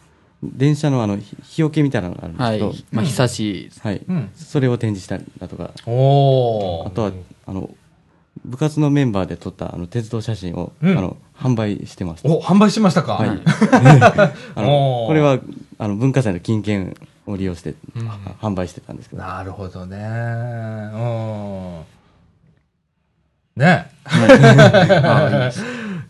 S2: 電車のあの日日よけみたいなのがあるんです
S3: は
S2: け
S3: い
S2: ど、。
S3: まあ、久しい。
S2: はい
S1: うん
S2: それを展示したりだとか
S1: おー。
S2: あとは、あの部活のメンバーで撮ったあの鉄道写真を、
S1: うん
S2: あの販売してます
S1: お、販売しましたか、
S2: はいあ
S1: お
S2: の
S1: ー
S2: これはあの文化祭の金券を利用して、あ販売してたんですけど
S1: なるほどね。うん。ね え。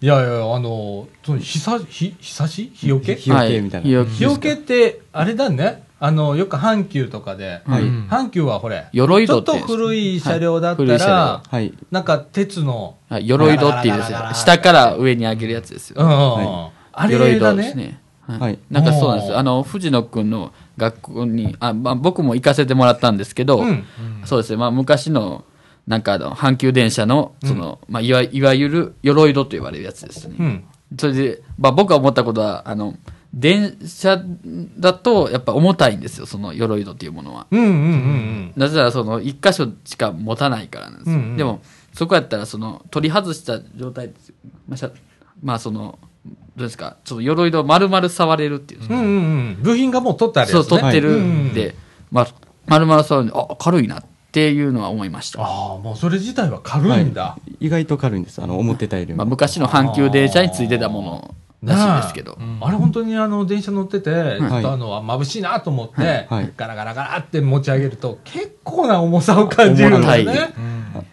S1: いやいや、あの、その、日差し、日日差し日よけ
S2: 日よけみたいな
S3: 日よけ
S1: 日よけって、あれだね。あの、よく阪急とかで、
S2: はい、
S4: うん
S1: 阪急はほれ、
S3: 鎧
S1: ちょ
S3: 戸
S1: っ
S3: って
S1: と
S3: いうんですか
S1: 古い車両だった
S3: はい古い
S1: ら
S3: 車、
S2: はい
S1: なんか鉄の、
S3: はい鎧戸っていうんで
S1: ガラガラガ
S3: すよ
S1: ラガラ。
S3: 下から上に上げるやつです
S1: うん、
S3: よ。
S1: あ
S3: 鎧
S1: れだ
S3: 戸です
S1: ね。
S3: ね。はい
S2: はい
S3: なんかそうなんです
S1: おー
S3: よ。あの、藤野くんの学校に、あ、まあ、僕も行かせてもらったんですけど、
S1: うん
S3: そうですね。まあ、昔の、なんかあの、阪急電車の、その、まあ、いわ、いわゆる鎧戸と言われるやつですね。
S1: うん。
S3: それで、まあ、僕が思ったことは、あの、電車だと、やっぱ重たいんですよ、その鎧戸っていうものは。
S1: うんうんうん
S3: なぜなら、その、一箇所しか持たないからなんですよ。
S1: うんうん
S3: でも、そこやったら、その、取り外した状態ですまあしゃ、まあ、その、どうですか、その鎧戸を丸々触れるっていうんです
S1: う
S3: か
S1: ん。うんうんうん。部品がもう取ってあるやつ
S3: そ
S1: ね。
S3: う、取ってる
S1: うん
S3: んで、まあ、丸々触るんで、あ、軽いなっていうのは思いました。
S1: ああ、もうそれ自体は軽いんだ。
S2: 意外と軽いんですあの思ってたより
S3: ま
S2: も、
S3: あ、昔の阪急電車についてたものらしいですけど。
S1: あれ本当にあの電車乗ってて、ちょっとあの眩しいなと思って、
S2: はい
S1: ガラガラガラって持ち上げると結構な重さを感じるんだよ
S3: 重たい
S1: ね。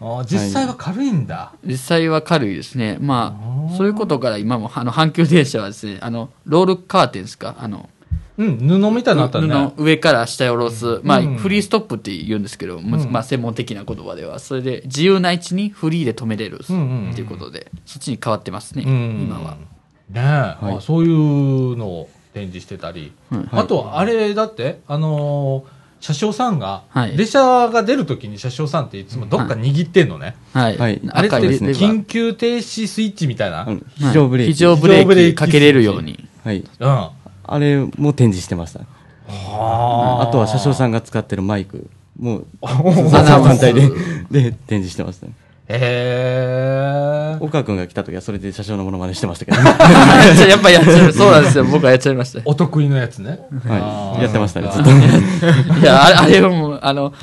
S1: あ実際は軽いんだ。
S3: 実際は軽いですね。まあ、そういうことから今も、あの、阪急電車はですね、あの、ロールカーテンですかあの、
S1: うん、布みたいになったね。
S3: 布上から下へ下ろす、まあ、
S1: うん
S3: フリーストップって言うんですけど、むまあ、専門的な言葉では、それで自由な位置にフリーで止めれるって
S1: んうん
S3: いうことで、そっちに変わってますね、
S1: うん、
S3: 今は。。
S1: ねえ、まあ、そういうのを展示してたり、あとあれだって、あのー車掌さんが、
S3: はい
S1: 列車が出るときに車掌さんっていつもどっか握ってんのね。
S3: はい。
S2: はい
S1: あれっ
S3: 赤
S1: て
S3: いですね。
S1: 緊急停止スイッチみたいな。
S2: あの非常ブレー
S3: 非
S2: キ、
S3: 常ブレ
S1: 非常ブレー
S3: ー
S1: キ
S3: キかけれるように。
S2: はい、
S1: うん。
S2: あれも展示してました
S1: あ
S2: あとは車掌さんが使ってるマイクも
S3: アナウンス
S2: 反対でで 展示してましたね
S1: へえ。
S2: 岡君が来た時はそれで車掌のものまねして ましたけど、
S3: やっぱやっちゃう。そうなんですよ。僕はやっちゃいました。
S1: お得意のやつね。あ
S2: は
S1: ー
S2: い、やってましたねず
S1: そう
S2: っと
S1: か
S3: いや、あれ、あれはもう、あの、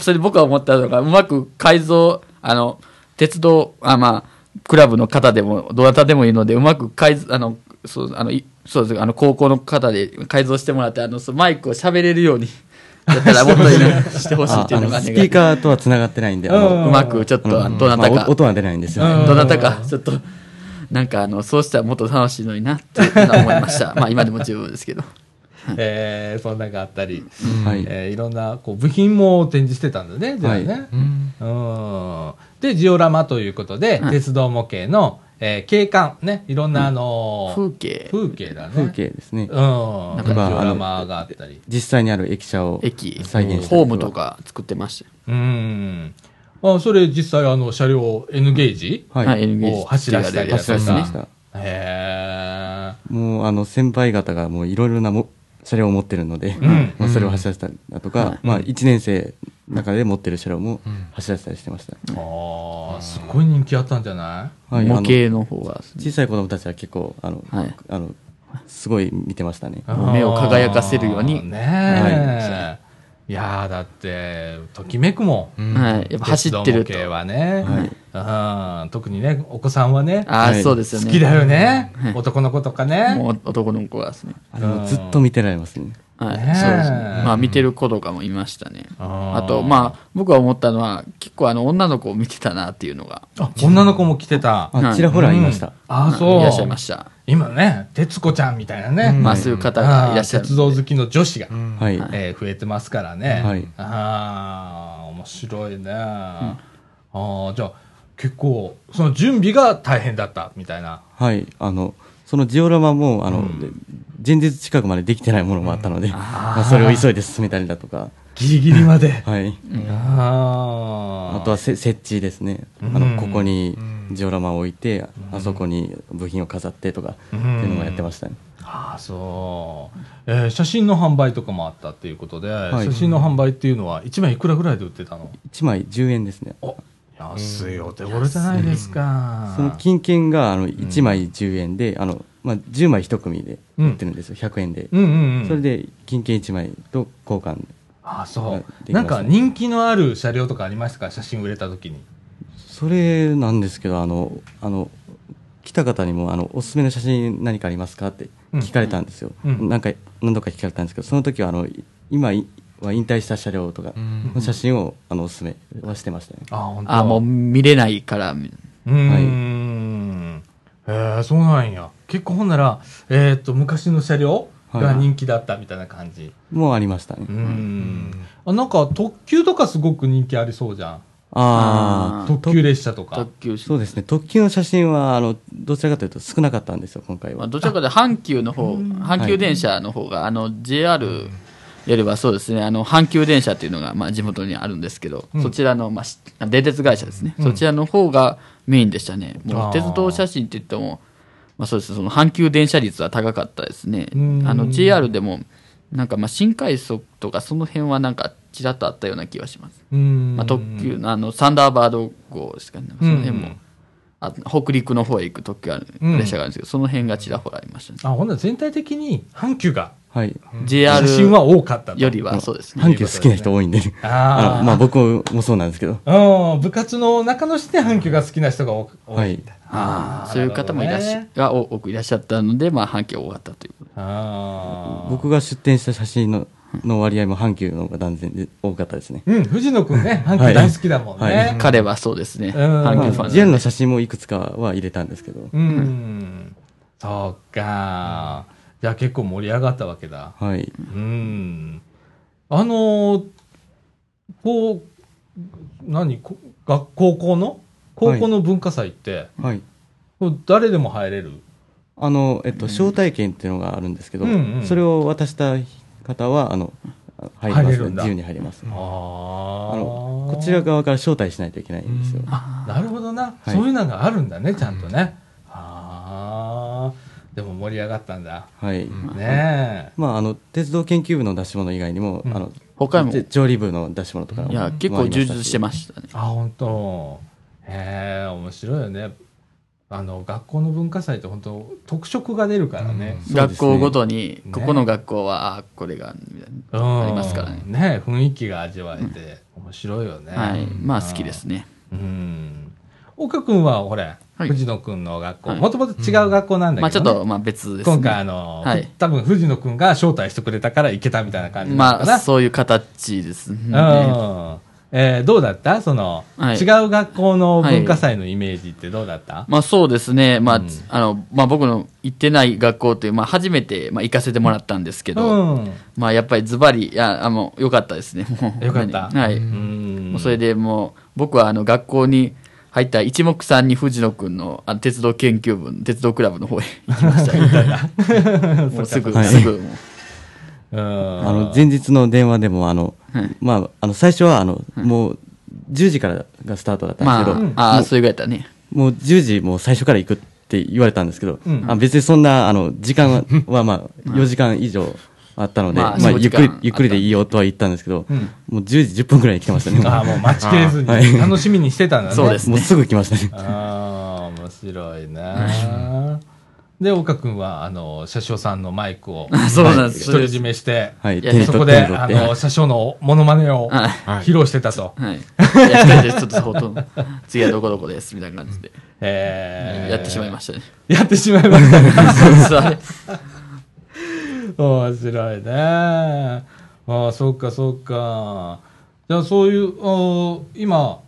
S3: それで僕は思ったのが、うまく改造、あの、鉄道、あ、まあ、クラブの方でも、どなたでもいいので、うまく改造、あの、そうあのいそうですあの高校の方で改造してもらってあのそうマイクを喋れるようにやった らもっといいなしてほしい
S2: あ
S3: ってい
S2: あ
S3: うのが
S2: の
S3: 願
S2: ス
S3: い
S2: ピーカーとはつながってないんで、あの
S3: うまくちょっとあのどなた
S2: まあ
S3: か
S2: お音は出ないんですよね。
S3: どなたかちょっとなんかあのそうしたらもっと楽しいのになっていうのは思いましたまあ今でも十分ですけど
S1: えーそんなんがあったり、
S2: はい
S1: えーいろんなこう部品も展示してたんだね、じゃあね。うんで、ジオラマということで、
S3: い
S1: 鉄道模型の、えー景観、ね、いろんな、あの
S3: 風
S1: ー
S3: 景
S1: 風景だね。
S2: 風景ですね
S1: うん。。なんかジ
S2: まあ
S1: オラマがあったり。
S2: 実際にある駅舎を
S3: 駅
S2: 再現した
S3: ホー
S2: り
S3: ムとか作ってました
S1: うん。あ、それ実際あの車両 N ゲージ
S2: は
S3: はい
S2: い。
S1: を走らせたりだとか。
S3: 走らせ
S2: ました。
S1: へ
S2: もうあの先輩方がもういろいろなも車両を持ってるので、
S1: ん
S2: まあそれを走らせたりだとか、まあ一年生の中で持ってる車両も走らせたりしてました。
S1: ー。ああ、すごい人気あったんじゃない
S2: はい。
S3: 模
S2: あの
S3: 型の方は
S2: 小さい子供たちは結構あの、
S3: はい
S2: あのすごい見てましたね。
S3: もう目を輝かせるように
S1: あーねえ。いやーだって、ときめくもん。
S3: はいやっぱ走ってると
S1: 鉄道模型はね、うん特にね、お子さんはね、
S3: ああ
S2: はい
S3: そうですよ
S1: 好
S3: ね
S1: きだよね。男の子とかね。
S3: もう男の子はですね
S2: あれもずっと見てられますね。
S3: はい、
S1: ねえ
S3: そうですね。まあ見てる子とかもいましたね。
S1: あ
S3: あ
S1: ー
S3: と、まあ僕は思ったのは、結構あの女の子を見てたなっていうのが、
S1: あ女の子も来てた。
S2: あちらほらいました。
S1: うんあーそう。
S3: いらっしゃいました。
S1: 今ね、徹子ちゃんみたいなね。
S3: まあそういう方
S1: あ
S3: が
S1: ー
S3: いらっしゃる。
S1: 鉄道好きの女子が、
S2: はい。
S1: えー増えてますからね。
S2: はい
S1: ああ、面白いね。ああ、じゃあ結構、その準備が大変だったみたいな。
S2: はい。あの、そのジオラマも、あの、前日近くまでできてないものもあったので、まあ、それを急いで進めたりだとか、
S1: ギリギリま で。
S2: はい。
S1: あ
S2: あとはせ設置ですね。あの、ここにジオラマを置いて、あそこに部品を飾ってとか、っていうのもやってましたね。
S1: ああそう、えー写真の販売とかもあったっていうことで、
S2: い
S1: 写真の販売っていうのは1枚いくらぐらいで売ってたの
S2: 1枚10円ですね。
S1: お安いお手頃じゃないですか
S2: その金券が、あの、1枚10円で、あの、まあ、10枚1組で売ってるんですよ。100円で。
S1: うんうんうん
S2: それで、金券1枚と交換。
S1: ああそう
S2: で
S1: なんか人気のある車両とかありましたか写真売れた時に
S2: それなんですけど、あの、あの、来た方にも、あの、おすすめの写真何かありますかって聞かれたんですよ。
S1: うん
S2: なんか、何度か聞かれたんですけど、その時は、あの、い今いは引退した車両とかの写真を、あの、おすすめはしてましたね。
S1: ああ本当
S3: あーもう見れないから、み
S1: うーん、へえそうなんや結構ほんなら、えー、っと昔の車両が人気だったみたいな感じ、
S2: もうありましたね。
S1: うーんあなんか特急とかすごく人気ありそうじゃん
S2: ああ、
S1: 特急列車とか
S3: 特急車
S2: そうですね。特急の写真は、あの、どちらかというと少なかったんですよ、今回
S3: ま
S2: は
S3: あ、。どちらかで阪急の方、阪急電車の方が、あの JR よりはそうですね、あの阪急電車っていうのが、まあ、地元にあるんですけど、そちらの、まあし、電鉄会社ですね、そちらの方がメインでしたね。も
S1: あー
S3: う鉄道写真って言っても、まあ、そうですその阪急電車率は高かったですね。あの JR でも、なんかまあ新快速とかその辺はなんかちらっとあったような気がします。
S1: うーん
S3: まあ、特急のあのサンダーバード号ですかね、その辺も、あ北陸の方へ行く特急ある、
S1: うん
S3: 列車があるんですけど、その辺がちらほらありましたね。
S1: あほんなら全体的に阪急が
S2: はい。
S3: JR
S1: 写真は多かったと
S3: よりはそうですね。
S2: 阪急好きな人多いんで、ね、
S1: あー
S2: あのまあ僕もそうなんですけど、
S1: うん部活の中のして阪急が好きな人が多く多い、
S2: はい。
S1: あー
S3: そういう方もいらっし
S1: な
S3: ゃ、
S1: るほどね
S3: が多くいらっしゃったので、まあ、反響が多かったということで
S1: あー
S2: 僕が出展した写真のの割合も阪急の方が断然で多かったですね。
S1: うん藤野くんね阪急大好きだもんね、
S2: はい
S3: 彼はそうですね。
S1: うん
S3: 反
S2: ま
S3: 響
S2: あ
S3: ファンなんで
S2: JR の写真もいくつかは入れたんですけど、
S1: うんそうかじゃあ結構盛り上がったわけだ
S2: はい。
S1: うんあのーこう何こ学高校の高校の文化祭って、
S2: はい。
S1: こう誰でも入れる
S2: あの、えっと、招待券っていうのがあるんですけど、
S1: うんうん
S2: それを渡した方は、あの、入
S1: 入
S2: れ
S1: れ
S2: ます、
S1: る
S2: ね。
S1: んだ
S2: 自由に入れます。
S1: あ
S2: あ
S1: あ
S2: の、こちら側から招待しないといけないんですよ。
S1: なるほどな、
S2: はい
S1: そういうのがあるんだねちゃんとね、ああでも盛り上がったんだ
S2: はい。
S1: ねえ
S2: まあ、あの、鉄道研究部の出し物以外にも、あの、
S3: 他にも
S2: で調理部の出し物とかも
S3: いや、結構充実してましたね。
S1: あ本当へえ面白いよねあの学校の文化祭って本当特色が出るからね、
S2: すね
S3: 学校ごとに、ここの学校は、あこれが、みたいな。
S1: うん
S3: ありますからね
S1: 雰囲気が味わえて面白いよね、
S3: はい。まあ、好きですね。
S1: うん奥君はほれ、
S3: はい
S1: 藤野君の学校、
S3: はい
S1: もともと違う学校なんだけど、ね
S3: まあちょっと、まあ別ですね。
S1: 今回あの、
S3: はい
S1: 多分藤野君が招待してくれたから行けたみたいな感じなのかな。
S3: まあ、そういう形ですね。
S1: うんえーどうだったその、
S3: はい
S1: 違う学校の文化祭のイメージってどうだった、
S3: まあそうですね、まあ、
S1: うん
S3: あの、まあ僕の行ってない学校という、まあ初めて、まあ行かせてもらったんですけど、
S1: うん。
S3: まあやっぱりズバリ、いや、あの、良かったですね。もう
S1: 良かった
S3: はい。
S1: うん
S3: もうそれでもう、僕はあの、学校に入った一目散に藤野くんの、あの、鉄道研究部の、鉄道クラブの方へ行きました。みたいな。もうすぐ、
S2: はい
S3: すぐ、もう。
S1: うん
S2: あの前日の電話でもあの、
S3: はい
S2: まあ、あの最初はあの、もう10時からがスタートだったんですけど、
S3: まあ、ああ、それぐらいだったね。
S2: もう10時もう最初から行くって言われたんですけど、
S1: うん
S2: あ別にそんなあの時間はは、まあ、4時間以上あったので、
S3: まあ
S2: まあ、
S3: そう
S2: ゆ
S3: 時
S2: っ
S3: 間
S2: くりゆっくりでいいよとは言ったんですけど、
S1: うん
S2: もう10時10分ぐらいに来てましたね。
S1: ああ、もう待ちきれずに
S2: あはい
S1: 楽しみにしてたんだね。
S3: そうですね
S2: もうすぐ来ましたね。
S1: ああ、面白いね。で、岡君は、あの、車掌さんのマイクを、
S3: そうなんです。
S1: 独り占めして、
S2: はい、
S3: いや
S2: 手に
S1: そ
S2: 取
S1: こ
S2: っ
S1: で、
S2: て
S1: あ
S2: 手に取
S1: の、
S2: って。
S1: 車掌のモノマネを
S3: はい
S4: はい
S1: 披露してたと。
S3: はい。いや、しかしちょっとほとんど、次はどこどこです、みたいな感じで、
S1: えー
S3: やってしまいましたね。
S1: やってしまいましたね。
S3: そうあれ
S1: 面白いね。ああ、そっかそっか。じゃあそういう、お今、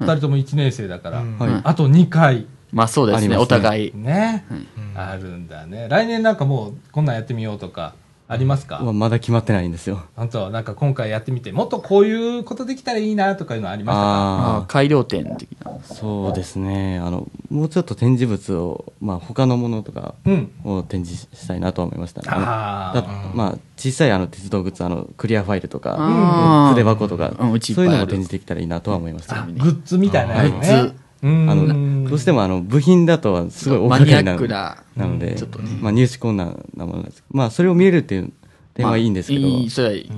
S1: 二人とも1年生だから、
S4: うん
S2: はい
S1: あと2回
S3: まあそうですね、
S2: ありますね
S3: お互い。
S1: ね、
S4: うん
S1: あるんだね。来年なんかもうこんなんやってみようとか、ありますか
S2: うわまだ決まってないんですよ。
S1: 本当なんか今回やってみて、もっとこういうことできたらいいなとかいうのありましたか
S3: まあ
S2: あ
S3: 改良点的な。
S2: あ、そうですね。あの、もうちょっと展示物を、まあ、他のものとか
S1: うん。
S2: を展示したいなとは思いましたね。だ
S1: あ
S2: まあ、小さいあの鉄道グッズ、あの、クリアファイルと
S3: あー
S2: か、筆箱とか、
S3: うんうちいっ
S2: そ
S3: ぱ
S2: う
S3: い
S2: いう
S3: あ
S2: の
S3: る
S2: も展示できたらいいなとは思いまし
S1: あ
S2: た。
S1: グッズみたいなやつ
S3: あ
S1: ね。うん
S2: あの、どうしてもあの、部品だとはすごい大
S3: マ
S2: 掛
S3: ニ
S2: か
S3: ア
S2: りな
S3: ックな。
S2: なので
S3: ちょっとね、
S2: まあ、入手困難なものなんですけど、まあ、それを見れるっていう点はいいんですけど、
S3: まあいい、それはいい,、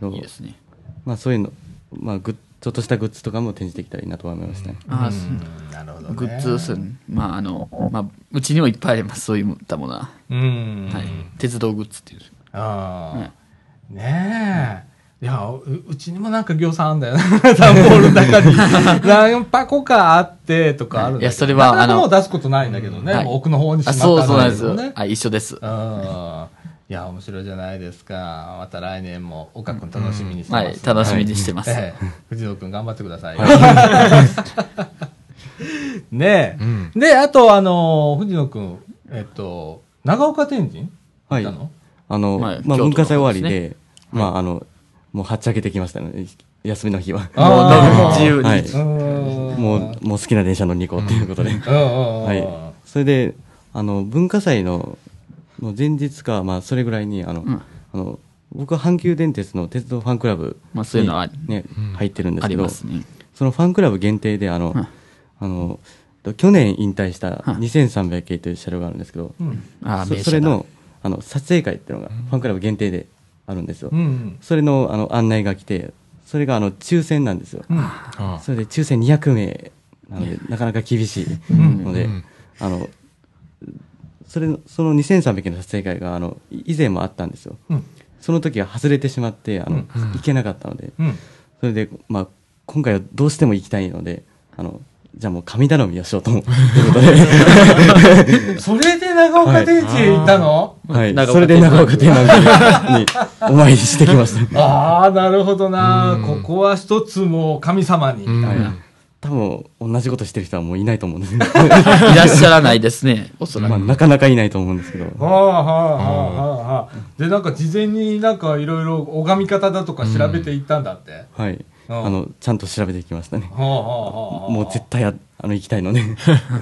S2: うん
S3: いいですね。
S2: まあ、そういうの、まあ、グッちょっとしたグッズとかも展示できたらいいなとは思いましたね。
S3: ああそう
S1: うんなるほどね。
S3: グッズ、そうねまああの、まあ、うちにもいっぱいあります、そういったものは。
S1: うん。
S3: はい。鉄道グッズっていう。
S1: ああ、ねえ。いや、ううちにもなんか行さんあんだよな。 段ボールの中 に。何箱かあってとかあるんだけど
S3: いやそれは
S1: なかなか
S3: あの
S1: もう出すことないんだけどね。
S3: はい
S1: もう奥の方にしま
S3: あ、
S1: った
S3: そうそうなんです
S1: よ
S3: よ。
S1: ね。
S3: あ、一緒です。
S1: うん。いや、面白いじゃないですか。また来年も岡君楽しみにしてま
S3: は
S1: す、
S3: い、楽しみにしてます。
S1: ええ藤野君頑張ってくださいよ。 ねえ、
S4: うん
S1: で、あと、あの、藤野君、えっと、長岡天神
S2: はい
S1: 行ったの
S2: あの、
S3: はい
S2: まあ、
S3: 京都の
S2: 文化祭終わり
S3: そう
S2: で、まあ、あの、もう、はっちゃけてきましたね、休みの日は。
S1: あ
S3: もう
S1: ー
S3: の自由に。
S2: はい。
S1: うん
S2: もう、もう好きな電車乗りに行こうということで。
S1: うんうんうん
S2: はい。それで、あの、文化祭の、もう前日か、まあ、それぐらいに、あの、
S3: ん
S2: あの、僕は阪急電鉄の鉄道ファンクラブに、
S3: まあそういうのは
S2: ね、入ってるんです
S3: あ
S2: け
S3: り
S2: ど、
S3: ますね。
S2: そのファンクラブ限定で、あの、
S3: うん
S2: あの、去年引退した
S3: うん
S2: 2300系という車両があるんですけど、
S3: ああ、
S2: そ
S3: 名車だ
S2: それ、の、あの、撮影会っていうのが、ファンクラブ限定であるんですよ。
S1: うん
S2: それの、あの、案内が来て、それが、あの、抽選なんですよ。
S4: あ
S2: それで抽選200名なので、なかなか厳しいので、
S4: うん
S2: あの、それの、その2300の撮影会が、あの、い以前もあったんですよ。
S1: うん
S2: その時は外れてしまって、あの、
S1: うん
S2: 行けなかったので、
S1: うん
S2: それで、まあ、今回はどうしても行きたいので、あの、じゃあもう神頼みをしようと思うということで、
S1: それで長岡天神行ったの、
S2: はい、
S3: 長岡
S2: それで長岡天満宮にお参りしてきまし た。
S1: ああ、なるほどな。
S4: う
S1: こ
S4: ん
S1: こは一つもう神様に、みたいな。
S2: 多分、同じことしてる人はもういないと思うんです
S3: いらっしゃらないで すね、おそらく。
S2: まあ、なかなかいないと思うんですけど。
S1: はあはあはあはあはあ。で、なんか事前になんかいろいろ拝み方だとか調べていったんだって。は
S2: はい。
S1: うん
S2: あの、ちゃんと調べてきましたね。
S1: あはあはあはあ。
S2: もう絶対あ、あの、行きたいの で。
S1: な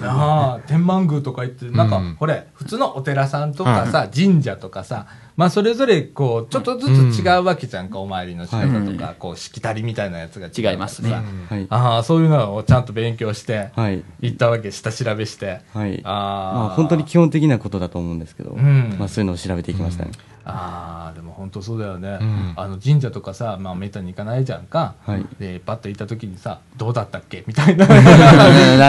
S1: あ、天満宮とか行って、なんか、
S4: うん
S1: これ、普通のお寺さんとかさ、神社とかさ、まあ、それぞれ、こう、ちょっとずつ違うわけじゃんか、お参りの仕方とか、こう、しきたりみたいなやつがう
S3: 違いますね
S1: さ
S2: はい。
S1: ああ、そういうのをちゃんと勉強して、
S2: はい。
S1: 行ったわけ、下調べして。
S2: はい。
S1: あー
S2: まあ、本当に基本的なことだと思うんですけど、
S1: ん
S2: まあ、そういうのを調べていきましたね。
S1: ああ、でも本当そうだよね。
S4: うん
S1: あの、神社とかさ、まあ、めったに行かないじゃんか。
S2: はい
S1: で、パッと行った時にさ、どうだったっけみた いな。
S3: な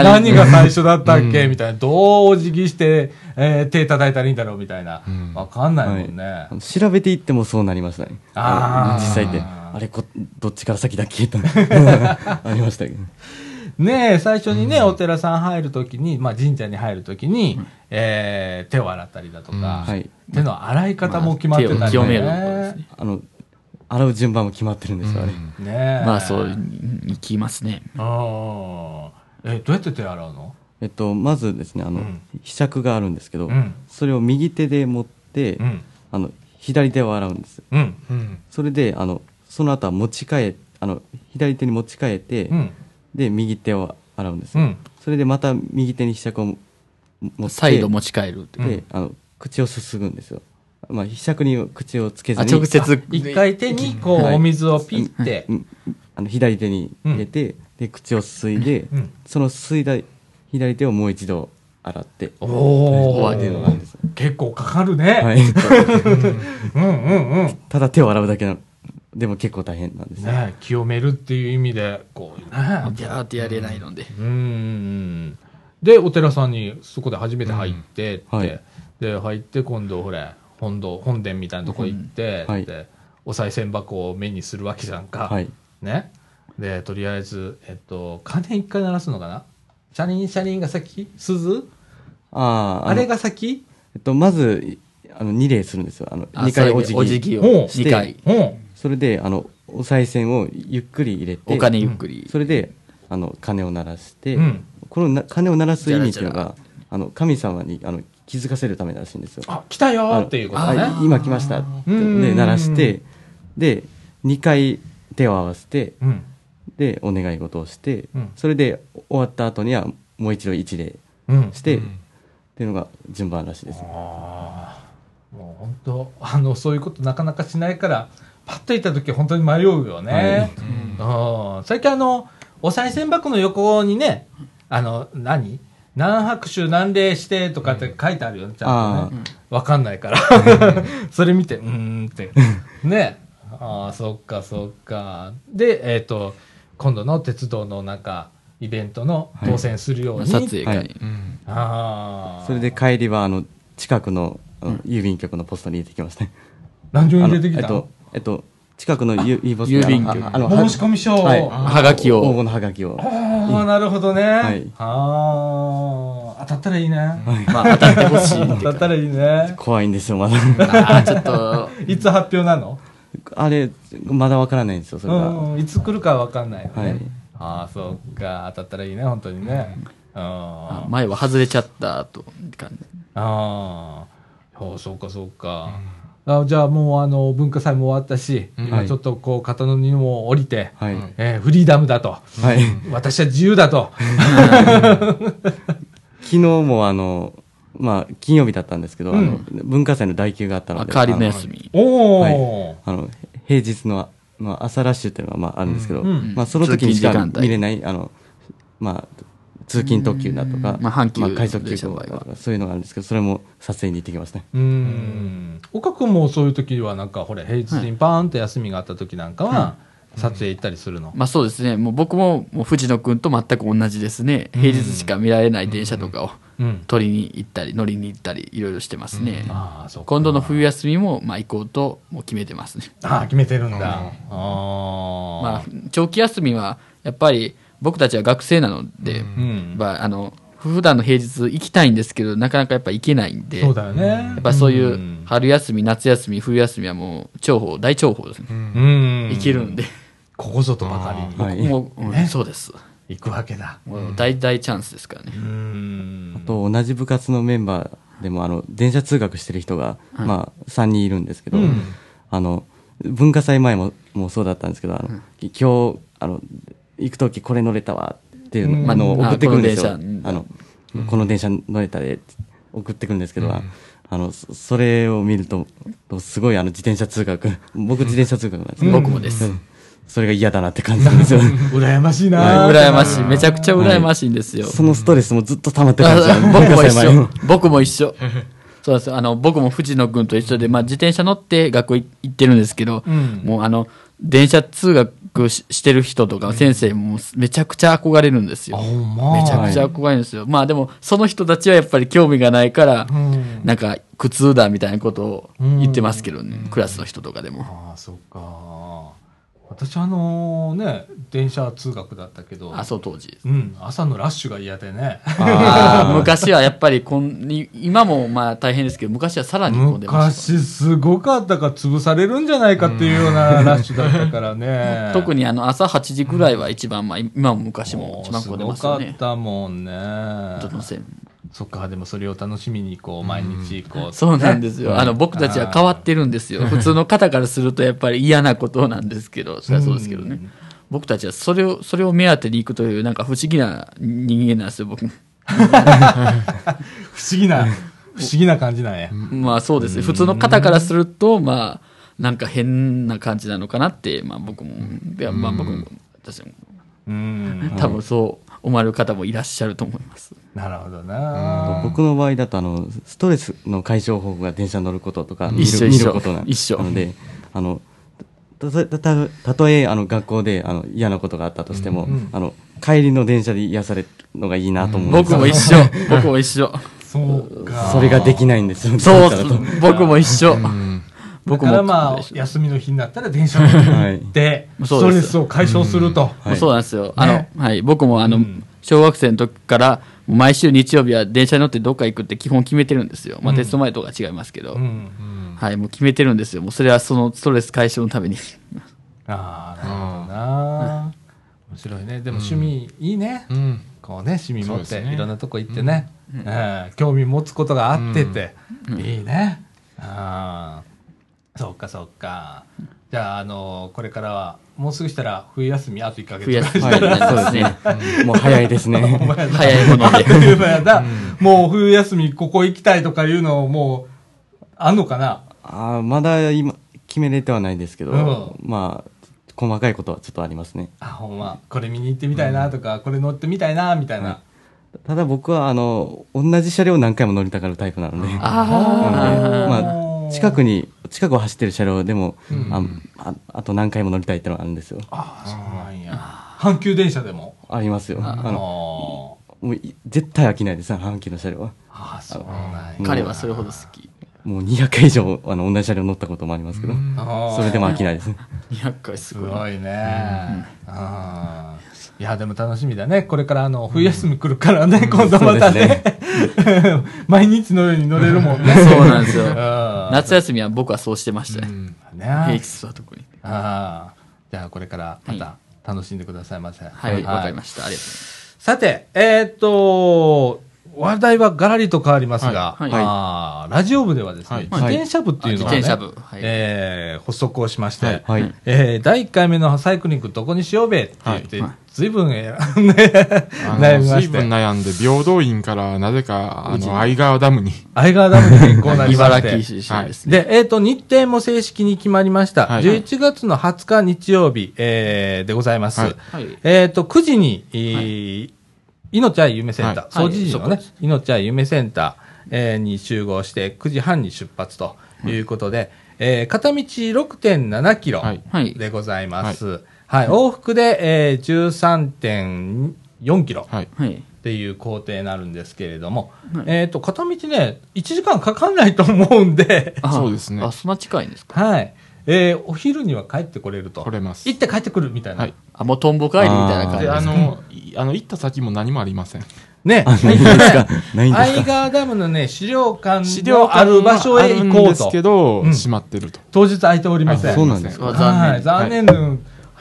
S3: る
S1: 何が最初だったっけみたいな。どうお辞儀して、えー手叩いたらいいんだろうみたいな
S4: うん。
S1: わかんない
S2: はい
S1: もんね。
S2: あの調べていってもそうなりましたね。
S1: あー
S2: の実際で、あれこ、どっちから先だっけとありましたけど。
S1: ねえ、最初にね、お寺さん入るときに、まあ神社に入るときに、えー手を洗ったりだとか、
S2: はい
S1: 手の洗い方も決まってたりね。
S3: まあ手を清めるところですね。
S2: あの洗う順番も決まってるんですよ、あれ
S1: ねえ。
S3: まあそう、いきますね。
S1: ああ。え、どうやって手洗うの
S2: えっと、まずですねあの、
S1: うん
S2: ひしゃくがあるんですけど、
S1: うん
S2: それを右手で持って、
S1: うん。
S2: あの左手を洗うんです
S1: うん。
S4: うん。
S2: それであのその後は持ち替えあの左手に持ち替えて、
S1: うん。
S2: で右手を洗うんです、
S1: うん。
S2: それでまた右手にひしゃくをも持って
S3: 再度持ち帰るっていう
S2: で、あの口をすすぐんですよ、まあ、ひしゃくに口をつけず
S3: あ
S2: に
S3: 直接、
S1: 一回手に、こう、
S2: はい
S1: お水をピッて
S2: う。んあの左手に入れて、で口をすすいで、
S1: うん
S2: そのすすいだ左手をもう一度洗って
S1: お
S2: 終わりっていうのがあるん
S1: ー
S2: です、
S1: 結構かかるね。
S2: はい、
S1: うんうんうん。
S2: ただ手を洗うだけなのでも結構大変なんですよ
S1: ねえ清めるっていう意味で、こうね。
S3: ビャーってやれないので。
S1: うーんでお寺さんにそこで初めて入ってって、
S2: うんはい
S1: で入って今度ほれ本堂本殿みたいなとこ行って、
S2: うんはい
S1: でお賽銭箱を目にするわけじゃんか、
S2: はい
S1: ねでとりあえず、えっと、鐘一回鳴らすのかなシャリンシャリンが先鈴
S2: ああ
S1: あれ
S2: が、
S1: が先
S2: えっと、まずいあの2礼するんですよあの
S3: あ
S2: 2回
S3: そ
S2: お
S3: れ
S2: 辞
S3: で
S2: 儀
S3: お辞儀を
S1: おう
S3: 2回。
S1: うん
S2: それであのお賽銭をゆっくり入れて
S3: お金ゆっくり。
S2: それであの鐘を鳴らして、
S1: うん
S2: このな鐘を鳴らす意味っていうの
S3: じゃら
S2: があの神様にあの気づかせるためらしいんですよ。
S1: あ来たよ
S2: あ
S1: ー
S2: の
S1: っていうことね
S2: あ今来ましたって
S1: うん
S2: で鳴らしてで2回手を合わせて
S1: うん
S2: でお願い事をして、
S1: うん
S2: それで終わった後にはもう一度一礼
S1: うん
S2: して、っていうのが順番らしいです。
S1: もう本当あのそういうことなかなかしないからパッと行った時本当に迷うよね、うん最近あのお賽銭箱の横にねあの何何拍手何礼してとかって書いてあるよねちゃんとねわかんないから それ見てうーんってねああそっかそっかでえっ、と今度の鉄道のなんかイベントの当選するように、
S3: 撮影
S2: は
S3: 会
S2: い。
S4: うん。
S1: ああ
S2: それで帰りはあの近くのあの郵便局のポストに入れてきましたね。
S1: 何時
S2: あ
S1: に
S2: の
S1: 出てき
S2: え
S1: た
S2: っとえっと近くの郵郵ポストに
S3: 郵便局
S2: あああの
S1: 申し込み書、
S2: はい
S3: はがき
S2: 応募
S3: を。
S2: のハガキを。
S1: ああ、なるほどね。
S2: はい
S1: ああ、当たったらいいね。
S3: まあ当たってほ しいって
S1: 当
S3: いう
S1: た
S3: か。
S1: ったらいいね。
S2: 怖いんですよ、まだ。
S3: ああ、ちょっと。
S1: いつ発表なの
S2: あれ、まだわからないんですよ、それが。
S1: うんうん、いつ来るかわかんないよね。
S2: はい
S1: ああ、そっか、当たったらいいね、本当にね。うん。あ
S3: あ前は外れちゃったと感じ
S1: あ、そうそうか、そうか。あじゃあもうあの文化祭も終わったし、今ちょっとこう肩の荷も降りて、
S2: はい。
S1: えーフリーダムだと、
S2: はい。
S1: 私は自由だと、
S2: 昨日もあの、まあ、金曜日だったんですけど、あの文化祭の代休があったの
S3: あ
S2: で。
S3: 代わりの休み
S1: おお、
S2: あの、平日の、まあ、朝ラッシュっていうのが、まあ、あるんですけど、
S1: ん
S2: まあ、その時にし
S3: 通
S2: か
S3: 勤時間帯
S2: 見れない、あの、まあ、通勤特急だとか、
S3: まあ阪急
S2: 快速急行
S3: 電車
S2: だ
S3: の
S2: と
S3: 場合
S2: か、そういうのがあるんですけど、それも撮影に行ってきましたね。
S1: うん岡君もそういう時はなんかほれ平日にバーンと休みがあった時なんかは撮影行ったりするの、
S3: まあそうですねもう僕ももう藤野君と全く同じですね平日しか見られない電車とかを
S1: うん
S3: 取りに行ったり乗りに行ったりいろいろしてますね
S1: ああそうか
S3: 今度の冬休みもまあ行こうともう決めてますね
S1: ああ決めてるんだ、ああ
S3: まあ長期休みはやっぱり僕たちは学生なので
S1: うん
S3: まああの普段の平日行きたいんですけどなかなかやっぱ行けないんで
S1: そうだよね
S3: やっぱそうい
S1: ん
S3: う春休み夏休み冬休みはもう重宝大重宝ですね
S1: うん
S3: 行けるんで
S1: ここぞとばかりに
S2: はい。
S3: もう、うんそうです。
S1: 行くわけだ
S3: もう大大チャンスですからね。
S1: うん
S2: と同じ部活のメンバーでもあの電車通学してる人が、まあ、3人いるんですけど、あの文化祭前ももうそうだったんですけどあの、き今日あの行く時これ乗れたわっていうの,、
S3: うん
S2: あの
S3: まあ
S2: 送ってくるんですよ
S3: この電車
S2: あのこの電車乗れたでって送ってくるんですけど、あのそそれを見るとすごいあの自転車通学僕自転車通学なんですけど、
S3: 僕もです。
S2: それが嫌だなって感じなん ですよ
S1: 羨ましいな、
S3: 羨ましい。めちゃくちゃ羨ましいんですよ。
S2: そのストレスもずっと溜まってるんですよ
S3: あ僕も一
S2: 前
S3: 緒
S2: も。
S3: 僕も一緒。そうなんですよあの僕も藤野君と一緒で、まあ、自転車乗って学校い行ってるんですけど、もうあの電車通学ししてる人とか先生もめちゃくちゃ憧れるんですよ、
S1: ま
S3: めちゃくちゃ憧れるんですよ、まあでもその人たちはやっぱり興味がないから、なんか苦痛だみたいなことを言ってますけどね、クラスの人とかでも、
S1: ああそうか私あのね、電車通学だったけど、
S3: あ、そう、当時。
S1: うん、朝のラッシュが嫌でね。
S3: あー 昔はやっぱりこん、い今もまあ大変ですけど、昔はさらに混んでました。。
S1: 昔すごかったから潰されるんじゃないかっていうようなラッシュだったからね
S3: 特にあの朝8時ぐらいは一番、まあ今も昔も
S1: も
S3: 一
S1: う
S3: 番
S1: す
S3: 混んで
S1: ご
S3: ます
S1: か
S3: よ
S1: っ
S3: ね。
S1: たもんね。
S3: どの線
S1: そっか、でもそれを楽しみにこう、毎日こう。
S3: そうなんですよ。あの、僕たちは変わってるん ですよ。普通の方からするとやっぱり嫌なことなんですけど、そりゃそうですけどね。僕たちはそれを、それを目当てに行くという、なんか不思議な人間なんですよ、僕。
S1: 不思議な、不思議な感じなんや。
S3: まあそうですね。普通の方からすると、まあ、なんか変な感じなのかなって、まあ僕も、いやまあ僕も、私も、
S1: うん。
S3: 多分そう思われる方もいらっしゃると思います。
S1: なるほどな。
S2: 僕の場合だとあのストレスの解消方法が電車に乗ることとか見
S3: 一緒
S2: る
S3: 一
S2: 見
S3: 緒
S2: ることな
S3: 一緒
S2: なのであのたとたとたとえあの学校であの嫌なことがあったとしても、あの帰りの電車で癒されるのがいいなと思うんです
S3: 僕も一 緒。僕も一緒。
S1: そうか。
S2: それができないんですよ
S3: そ
S2: 電
S3: う
S2: 車だと、
S3: 僕も一緒。
S1: だ
S3: 僕
S1: か
S3: も
S1: ら。まあ、休みの日になったら電車に乗って、ス
S3: そう
S1: ト
S3: で
S1: レ
S3: す
S1: スを解消すると。
S2: はい
S3: そうなんですよ。あの、
S1: ね
S3: はい、僕もあの、小学生の時から、毎週日曜日は電車に乗ってどっか行くって基本決めてるんですよ。まあ、テスト前とか違いますけど、
S1: うん。
S3: はい、もう決めてるんですよ。もうそれはそのストレス解消のために。
S1: ああ、なるほどな。面白いね。でも趣味、いいね。
S4: うん。
S1: こうね、趣味持っ
S4: そう
S1: て、
S4: ですね
S1: いろんなとこ行ってね、ええ興味持つことがあってて、いいね。ああ、そうか、そうか。じゃあ、あの、これからは、もうすぐしたら冬休み、あと1ヶ月
S3: 冬
S1: ぐらい
S3: 休み
S1: し
S3: に
S1: た
S3: な
S1: ら
S3: りますね。
S2: もう早いです ね
S3: 早いもの
S1: あっ
S3: で
S1: と。 いう間やな。もう冬休み、ここ行きたいとかいうのをもう、あんのかな
S2: あーまだ今決めれてはないですけど、
S1: うん
S2: まあ細かいことはちょっとありますね
S1: あ、ほんま、これ見に行ってみたいなとか、これ乗ってみたいな、みたいな。
S2: ただ僕はあの同じ車両を何回も乗りたがるタイプなのでなのでまあ、近くに近くを走ってる車両でも、あああと何回も乗りたいってのがあるんですよあ
S1: あ、そうなんや。阪急電車でも。
S2: りますよあ
S1: あ
S2: の
S1: の
S2: もうい絶対飽きないです阪急の車両は
S1: ああ、そうなんや。
S3: 彼はそれほど好き。
S2: もう200回以上あの同じ車両乗ったこともありますけど、
S1: あー
S2: それでも飽きないですね
S3: 200回す
S1: す
S3: ごい。
S1: ごいね。あーいや、でも楽しみだね。これからあの、冬休み来るからね、今度またね。 毎日のように乗れるもんね。
S3: そうなんですよ
S1: うん。ね
S3: 夏休みは僕はそうしてましたね。平日は特に。
S1: あーじゃあ、これからまた楽しんでくださいませ。
S3: はい、わかりました。ありがとうございます。
S1: さて、えーっと、話題はガラリと変わりますが、
S3: はいはい
S1: あーラジオ部ではですね、
S4: はい
S1: 自転車部っていうのが、ね
S3: はいあ自転車部はい
S1: えー発足をしまして、
S2: はいはい
S1: えー第1回目のサイクリングどこにしようべって言って、
S3: はい
S1: ずいぶん、えー 悩みま
S4: 随
S1: して
S4: 分、悩んで、平等院からなぜか、あの、愛川ダムに。
S1: 相川ダムに変更になりまし
S3: 茨城
S1: て、
S3: 出身ですね。
S1: で、えっ、と、日程も正式に決まりました。
S4: はい
S1: 11月の20日日曜日、えーでございます。
S4: はい
S3: はい
S1: えっ、と、9時に、えーいのちゃい夢センター、
S4: はい
S1: 総知事の
S3: は
S1: ね
S3: いそこで、
S1: いのちゃい夢センター、えーに集合して、9時半に出発ということで、えー片道6.7キロ
S4: はい
S3: はい
S1: でございます。はい、往復で、えー、13.4キロ。
S4: はい。
S3: はい。
S1: っていう工程になるんですけれども、
S3: はい
S1: えっ、と、片道ね、1時間かかんないと思うんで、
S3: あ
S4: そうですね
S3: あ、そんな近いんですか
S1: はい。えーお昼には帰ってこれると。
S4: 来れます
S1: 行って帰ってくるみたいな。
S4: はい
S3: あ、もうトンボ帰りみたいな感じ
S4: で、
S3: で
S4: あ
S3: すね。
S4: の、いあの、行った先も何もありません。
S1: ね。
S2: ないんですかないんですか
S1: 愛川ダムのね、資料館
S4: 資料
S1: の
S4: 館は
S1: ある場所へ行こ
S4: あるん
S1: う
S4: です
S1: と。
S4: けど、
S1: うん
S4: 閉まってると。
S1: 当日空いておりません。
S4: あ
S2: そうなんです
S3: か
S1: はい
S4: 残
S1: 残
S4: 念
S1: 念なの、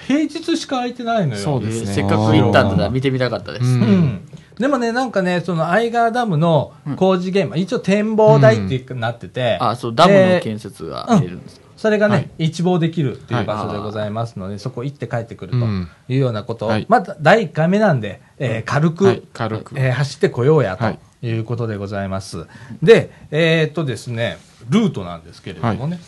S1: 平日しか空いてないのよ。
S4: そう
S3: え
S4: です
S3: ー
S4: ね
S3: せっかく行ったんだら見てみたかったです。
S4: うん
S1: うんでもね、なんかね、その愛川ダムの工事現場、一応展望台ってなってて、
S3: あ、そう、ダムの
S1: で
S3: 建設が出るんですか。
S1: それがね、
S4: はい
S1: 一望できるっていう場所でございますので、そこ行って帰ってくると
S4: うん
S1: いうようなことを、
S4: はい
S1: まだ第1回目なんで、えー軽く、
S4: はい軽く
S1: えー走ってこようや
S4: はい
S1: ということでございます。で、えーっとですね、ルートなんですけれどもね。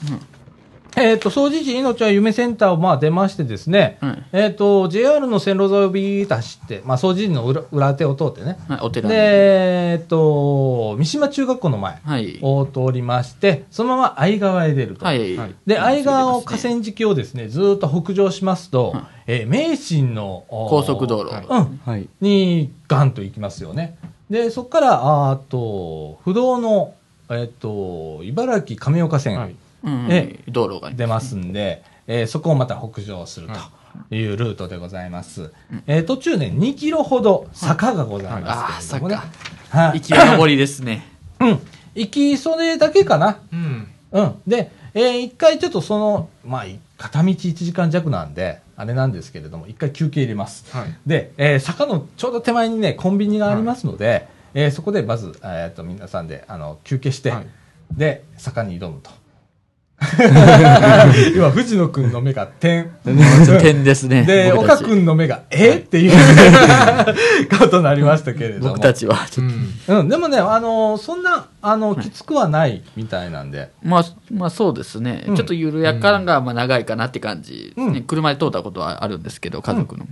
S1: えーっと総除寺いのちゃん夢センターをまあ出ましてですね、
S3: はい
S1: えーっと JR の線路沿いをビーッと走って、まあ、総除寺の裏裏手を通ってね、
S3: はいお寺
S1: で
S3: に
S1: えーっと三島中学校の前
S3: はい
S1: を通りまして、そのまま相川へ出ると、
S3: はい。
S1: で、愛川を河川敷をですね、ずーっと北上しますと、えー名神のおー
S3: 高速道路。
S1: うん、
S2: はい
S1: にガンと行きますよね。で、そこから、あーと、不動の、えっ、と、茨城亀岡線
S4: はい
S3: うん
S1: え
S3: 道路があります
S1: 出ますんで、えーそこをまた北上するというルートでございます。えー途中ね、2キロほど坂がございますけれどもね。
S3: はいあー
S1: はい
S3: 息は上りです ね。
S1: うん。行きそれだけかな。
S4: うん。
S1: うん。で、えー一回ちょっとその、まあ、い片道1時間弱なんで、あれなんですけれども、一回休憩入れます。
S4: はい
S1: で、えー坂のちょうど手前にね、コンビニがありますので、えーそこでまず、えっ、と、皆さんで、あの、休憩して、
S4: はい
S1: で、坂に挑むと。 今、藤野くんの目が点。
S3: 点ですね。
S1: で、
S3: 僕た
S1: 岡
S3: ち
S1: くんの目が、えって いうことになりましたけれども。
S3: 僕たちは、ち
S4: う
S3: ょっ
S4: ん。
S1: うん、でもね、あのーそんな、あのーきつくはないみたいなんで。
S3: と、まあ、まあそうですね。
S1: うん
S3: ちょっと緩やかが、まあ長いかなって感じですね、
S1: うん
S3: 車で通ったことはあるんですけど、家族の。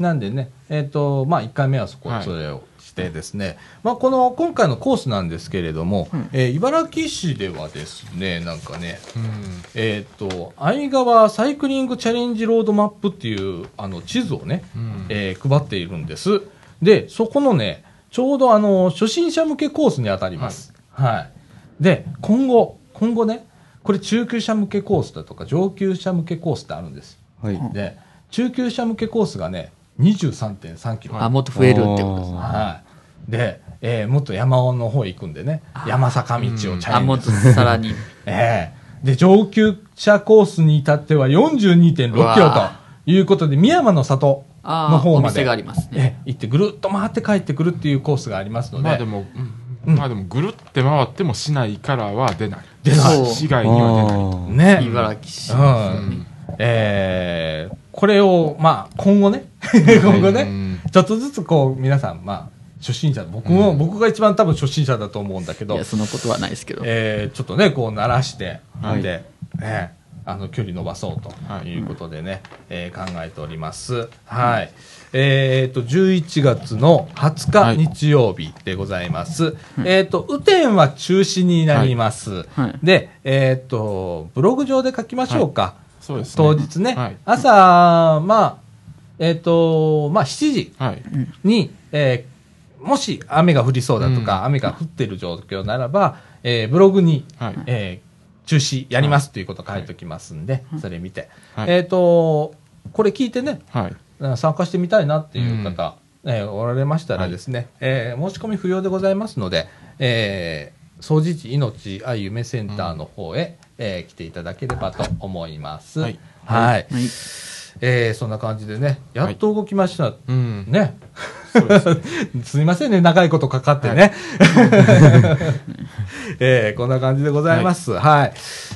S1: なんでね、えっ、と、まあ、1回目はそこ、
S4: はい
S1: それをしてですね、まあ、この、今回のコースなんですけれども、えー茨城市ではですね、なんかね、
S4: うん。
S1: えっ、と、相川サイクリングチャレンジロードマップっていう、あの、地図をね、
S4: うん
S1: えー配っているんです。で、そこのね、ちょうどあの、初心者向けコースに当たります。はい。で、今後、今後ね、これ中級者向けコースだとか上級者向けコースってあるんです。
S2: はい。
S1: で、中級者向けコースがね、23.3キロ。
S3: あ、もっと増えるってことですね。
S1: はい。で、えーもっと山の方行くんでね、山坂道をチャレンジ
S3: あ、もっとさら に。
S1: ええで、上級者コースに至っては42.6キ
S3: う
S1: ロと
S3: わ
S1: いうことで、宮山の里
S3: あー
S1: の方まで。
S3: お店がありますね
S1: ええ行ってぐるっと回って帰ってくるっていうコースがありますので。
S4: まあでも、うんまあでも、ぐるって回っても市内からは出ない。
S1: 出ない
S4: そう市外には出ない。
S2: あー
S1: ね。
S3: 茨城市。
S1: うん。ええこれを、まあ、今後ね、 今後ね、
S4: うん
S1: ちょっとずつこう、皆さん、まあ、初心者、僕も、僕が一番多分初心者だと思うんだけ
S3: い
S1: ど
S3: や、、そんなことはないですけど。
S1: えーちょっとね、こう鳴らして、
S4: はい
S1: で、ね、あの距離伸ばそうと
S4: はい
S1: いうことでね、えー考えております。はい。えっ、と、11月の20日
S4: はい
S1: 日曜日でございます。えっ、と、雨天は中止になります。
S3: はい
S1: で、えっ、と、ブログ上で書きましょうか。
S4: そうですね。
S1: 当日ね、
S4: はい。
S1: 朝、まあ、えっ、と、まあ、7時
S4: はい。
S1: に、えーもし雨が降りそうだとか、雨が降ってる状況ならば、えーブログに、
S4: はい
S1: えー中止やりますということを書いておきますんで、それ見て。
S4: はい
S1: えっ、と、これ聞いてね、
S4: はい。
S1: あ参加してみたいなっていう方、えーおられましたらですね、えー申し込み不要でございますので、えー総除地命愛夢センターの方へ、えー来ていただければと思います。は
S4: はいい。
S3: はい
S1: えーそんな感じでね、やっと動きました。
S4: うん。
S1: ね。
S4: そうですね。
S1: すみませんね、長いことかかってね。 えーこんな感じでございます。はい。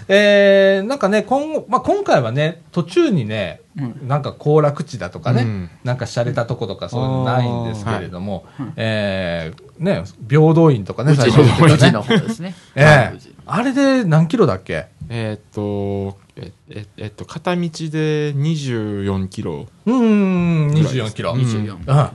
S1: えーなんかね、今後、まあ、今回はね、途中にね、なんか行楽地だとかね、
S4: うん
S1: なんか洒落たとことかそういうのないんですけれども、えーね、平等院とかね、
S3: う
S1: 最
S3: ち
S1: 初に言
S3: の、
S1: った
S3: うち
S1: ね。
S3: の。方ですね
S1: え
S3: うち
S1: ーあれで何キロだっけ
S4: えーっと、えええっと、片道で24キロ。
S1: うーん、24キロ。
S3: 24キロ。
S1: うん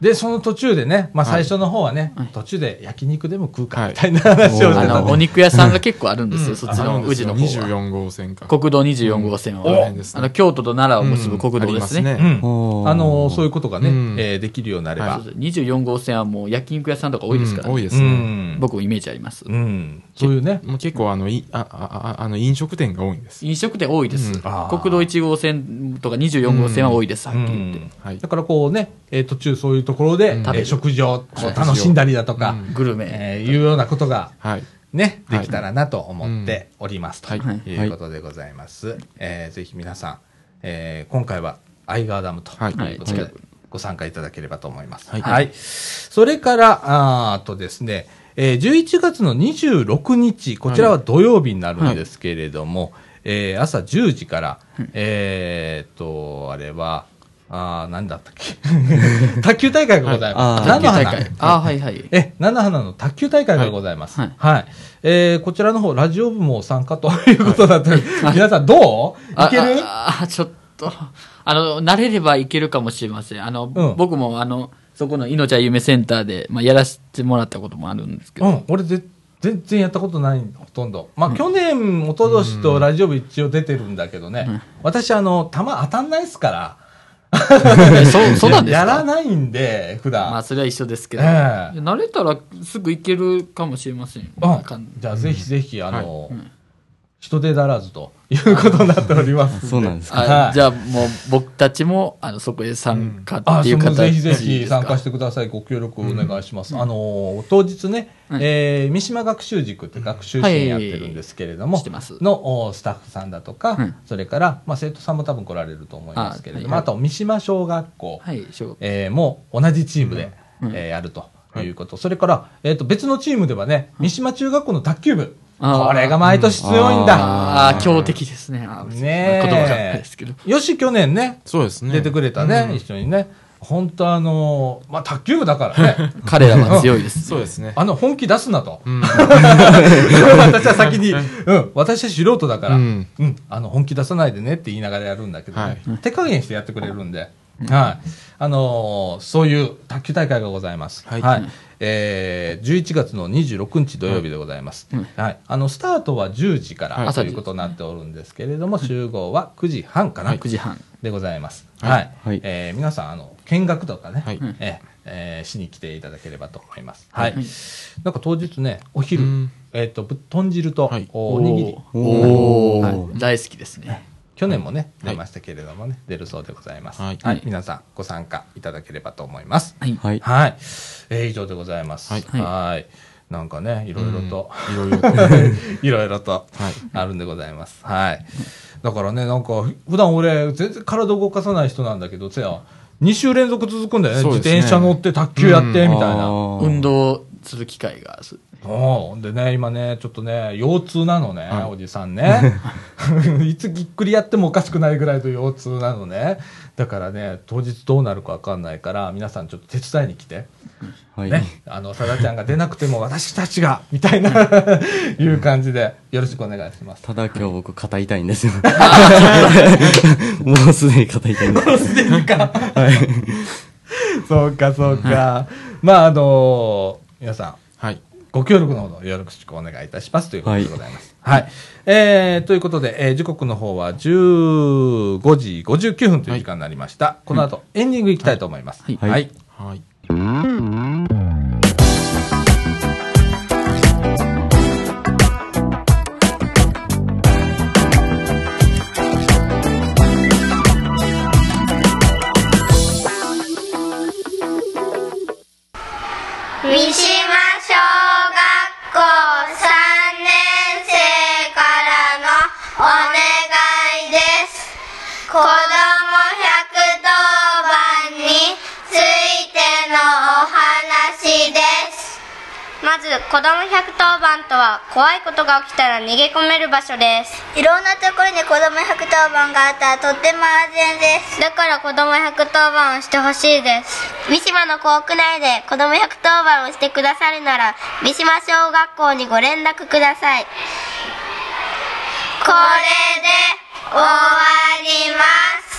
S1: で、その途中でね、まあ
S4: は
S1: 最
S4: い
S1: 初の方はね、
S3: はい
S1: 途中で焼肉でも食うか
S4: はい
S1: みたいな話をしてた
S3: あの、お肉屋さんが結構あるんですよ、そっちの、宇治の方は。
S4: 24号線か。
S3: 国道24号線
S4: お
S3: は、あ
S4: あ
S3: の、京都と奈良を結ぶ国道ですね。
S1: う。ん
S2: おー
S1: あのそういうことがね、
S4: うん
S1: えーできるようになれば、
S3: そうそう24号線はもう焼肉屋さんとか多いですからね、
S4: 多いで
S1: う
S4: すね。
S1: ん
S3: 僕もイメージあります、
S1: うん、そういうね、
S4: もう結構あの、いああああの飲食店が多いんです。
S3: 飲食店多いです、
S4: うん
S1: あー
S3: 国道1号線とか24号線は多いです、
S1: う
S3: はっきり言って、
S1: ん
S4: はい
S1: だからこうね、えー途中そういうところで、
S4: うん
S1: えー
S3: 食べる
S1: 食事をこう
S3: はい
S1: 楽しんだりだとか、
S3: グルメ、
S1: えーいうようなことが
S4: はい。
S1: ね、
S4: は
S1: で
S4: い
S1: きたらなと思っております、
S4: はい
S1: ということでございます、えーぜひ皆さん、えー今回は愛川ダムと
S4: はい
S1: いうこと
S3: は
S1: で
S3: い
S1: ご参加いただければと思います、は
S4: はいい
S1: それからあーあとですねえー11月の26日、こちらは土曜日になるんですけれども、えー朝10時から、えーっと、あれは、あー何だったっけ 卓球大会がございます。
S2: はいあー
S1: 菜の花
S3: 卓球大会あーはいはい
S1: え、菜の花の卓球大会がございます。は
S3: はいい。
S1: えーこちらの方、ラジオ部も参加ということだった、皆さんどう
S3: あ
S1: いける
S3: ああちょっとあの慣れればいけるかもしれませんあの、
S1: うん
S3: 僕もあのそこのいのちゃん夢センターで、まあ、やらせてもらったこともあるんですけ
S1: う
S3: ど、
S1: ん、俺ぜ全然やったことない、ほとんど。まあ、去年、おととしとラジオ部一応出てるんだけどね、私、あの、球当たんないっすから、
S3: そうそうなんです
S1: や
S3: から
S1: ないんで、普段。
S3: まあそれは一緒ですけど、
S1: ええ
S3: 慣れたらすぐ行けるかもしれませんよ、
S1: あ
S3: かん
S1: じゃあぜひぜひ、あの、人手ならずということになっております。
S2: そうなんですか。
S1: は
S3: あ
S1: い
S3: じゃあもう僕たちもあのそこへ参加
S1: あ
S3: っていう
S1: そう
S3: 形
S1: ぜひぜ
S3: ですか、
S1: ひ参加してください。ご協力お願いします。あのー当日ね、
S3: はい
S1: えー三島学習塾って学習支援やってるんですけれども、
S3: はい知ってます
S1: のおスタッフさんだとか、
S3: うん
S1: それから、まあ、生徒さんも多分来られると思いますけれども、あ,、
S3: あはい
S1: と三島小学校、
S3: はい小学
S1: えーもう同じチームで、
S3: うん
S1: えーやると。いうことそれから、えー、と別のチームではね、三島中学校の卓球部、
S3: あー
S1: これが毎年強いんだ。
S3: ああ強敵ですねあー
S1: ねえ
S3: 言葉がないですけど
S1: よし、去年ね、
S4: そうですね。
S1: 出てくれたね、一緒にね。本当あのーまあ、卓球部だからね。
S3: 彼らは強いです、ね、
S4: そうですね。
S1: あの、本気出すなと。
S4: ん
S1: 私は先に、うん、私は素人だから、う
S4: うんん、
S1: あの、本気出さないでねって言いながらやるんだけどね、
S4: は
S1: 手加減してやってくれるんで、はい。あのーそういう卓球大会がございます。は。
S4: はいい
S1: えー、11月の26日土曜日でございます。
S3: うん
S1: はい。あの、スタートは10時か
S4: は
S1: ら
S4: い
S1: ということになっておるんですけれども、集合は9時半かな。
S3: 9時半
S1: でございます。
S4: はい
S1: はい。
S2: はい
S1: えー皆さん、あの、見学とかね、
S4: はい
S1: えーえーしに来ていただければと思います。はい。なんか当日ね、お昼、
S4: うん
S1: えっ、と、ぶ豚汁と、
S4: はい
S1: おおにぎり、
S2: おおー、
S3: はい大好きですね
S1: 去年もね、
S4: はい
S1: 出ましたけれどもね、出るそうでございます。は
S4: はいい。
S1: 皆さん、ご参加いただければと思います。
S3: はい、
S2: はい。
S1: はい。えー以上でございます。は。
S4: はいい
S1: なんかね、いろいろと、
S4: いろいろと。
S1: いろいろと
S4: はい
S1: あるんでございます。はい。だからね、なんか、普段俺、全然体動かさない人なんだけど、せや、2週連続続くんだよね。
S4: そう
S1: 自
S4: ですね
S1: 転車乗って、卓球やって、みたいな。
S3: 運動する機会がそう
S1: おうでね、今ね、ちょっとね、腰痛なのね、
S4: はい
S1: おじさんね。 いつぎっくりやってもおかしくないぐらいの腰痛なのね。だからね、当日どうなるかわかんないから、皆さんちょっと手伝いに来て。
S2: はい。
S1: ね、あの、さだちゃんが出なくても私たちが、みたいな、 いう感じで、よろしくお願いします。
S2: ただ今日僕肩痛いんですよ。 もうすでに肩痛いんです。
S1: そうか、そうか。まあ、あの皆さん、
S4: はい。
S1: ご協力のほどよろしくお願いいたしますということで
S2: はい
S1: ございます。はい。えー、ということで、えー時刻の方は15時59分という時間になりました。この後、エンディングいきたいと思います。はいはい。はい
S4: はい。
S5: 三島小学校3年生からのお願いです。子供百当番についてのお話です。
S7: まず子供百1番とは怖いことが起きたら逃げ込める場所です
S5: いろんなところに子供百当番があったらとっても安全です。
S7: だから子供百1番をしてほしいです三島の校区内で子供百1番をしてくださるなら三島小学校にご連絡ください
S5: これで終わります。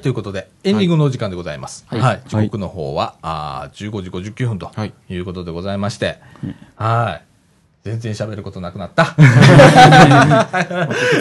S1: ということで、エンディングのお時間でございます。は。
S3: はいい
S1: 時刻の方は、あー15時59分と
S4: はい
S1: いうことでございまして、はい。全然喋ることなくなった。
S3: 告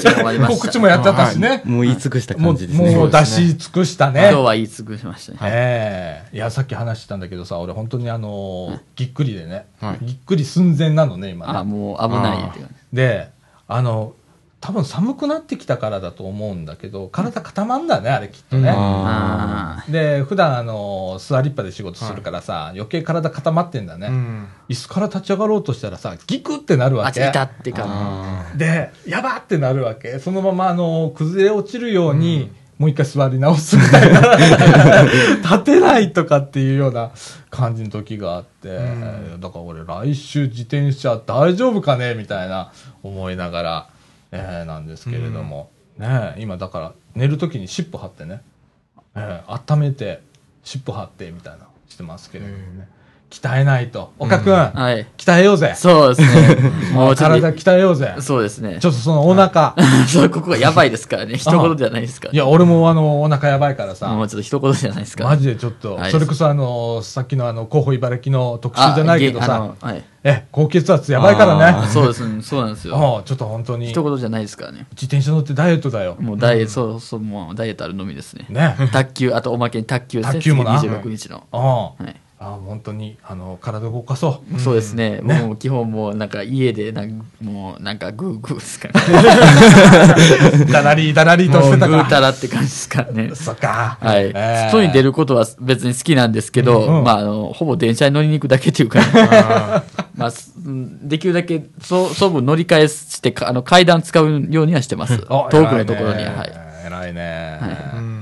S3: 知も終わりまし た
S1: 告知もやっちゃったしね。
S2: もう言い尽くした
S1: も
S2: 感じです
S1: う、
S2: ね。
S1: もう出し尽くしたね。
S3: 今日は言い尽くしましたね、
S1: ええいやさっき話してたんだけどさ俺本当にあのーぎっくりでね、
S4: はい
S1: ぎっくり寸前なのね今ね
S3: あもう危ないって感じ
S1: であの多分寒くなってきたからだと思うんだけど体固まんだねあれきっとね、
S2: あ
S3: あ
S1: で普段あのー座りっぱで仕事するからさ、余計体固まってんだね、
S4: うん。
S1: 椅子から立ち上がろうとしたらさギクってなる
S3: ー
S1: わ
S3: あ
S1: け
S3: ちょいたってか
S1: で、やばってなるわけ。そのまま、あの、崩れ落ちるように、もう一回座り直すみたいな。 立てないとかっていうような感じの時があって、だから俺来週自転車大丈夫かねみたいな思いながら、えーなんですけれども。ねえ今だから寝る時にシップ貼ってね、えー温めて、シップ貼ってみたいなしてますけれどもね。鍛えないと。岡くん、
S3: はい。
S1: 鍛えようぜ。
S3: そうです ね。もうちょっ
S1: 体
S3: と。
S1: 鍛えようぜ。
S3: そうですね
S1: ち。ょっとそのお腹。
S3: そう、ここがやばいですからね。一言じゃないですから
S1: い。や、俺もあの、お腹やばいから
S3: も
S1: さ。
S3: うちょっと一言じゃないですから。
S1: マジでちょっと
S3: は、い
S1: それこそあの、さっきのあの、候補茨城の特集じゃないけど
S3: あ
S1: さ、
S3: げあのはい。
S1: え、高血圧やばいから
S3: あー
S1: ね。
S3: そうですね。そうなんですよ。
S1: うんちょっと本当に、
S3: 一
S1: 自
S3: 言じゃないですからね。
S1: 転車乗ってダイエットだよ。
S3: もうダイエット、そうそう、もうダイエットあるのみですね。
S1: ね。
S3: 卓球、あとおまけに卓球ですね。
S1: 卓球もな
S3: 次26日の。
S1: うん。あ
S3: はい。
S1: 本当に、あの、体動かそう。
S3: そうですね。もう基本もうなんか家でなんかもうなんかグーグーですから、
S1: だらりだらりと
S3: も
S1: して
S3: うグ
S1: たか
S3: ータ
S1: ら。
S3: ラって感じですからね。
S1: そっか。
S3: はい、
S1: えー
S3: 外に出ることは別に好きなんですけど、
S1: うんうん
S3: まあ、あのほぼ電車に乗りに行くだけというか、 まあ、すうんできるだけそ総部乗り換えしてかあの階段使うようにはしてます
S1: あ
S3: 遠くのところに
S1: 偉
S3: は、はいい
S1: ね、偉いね。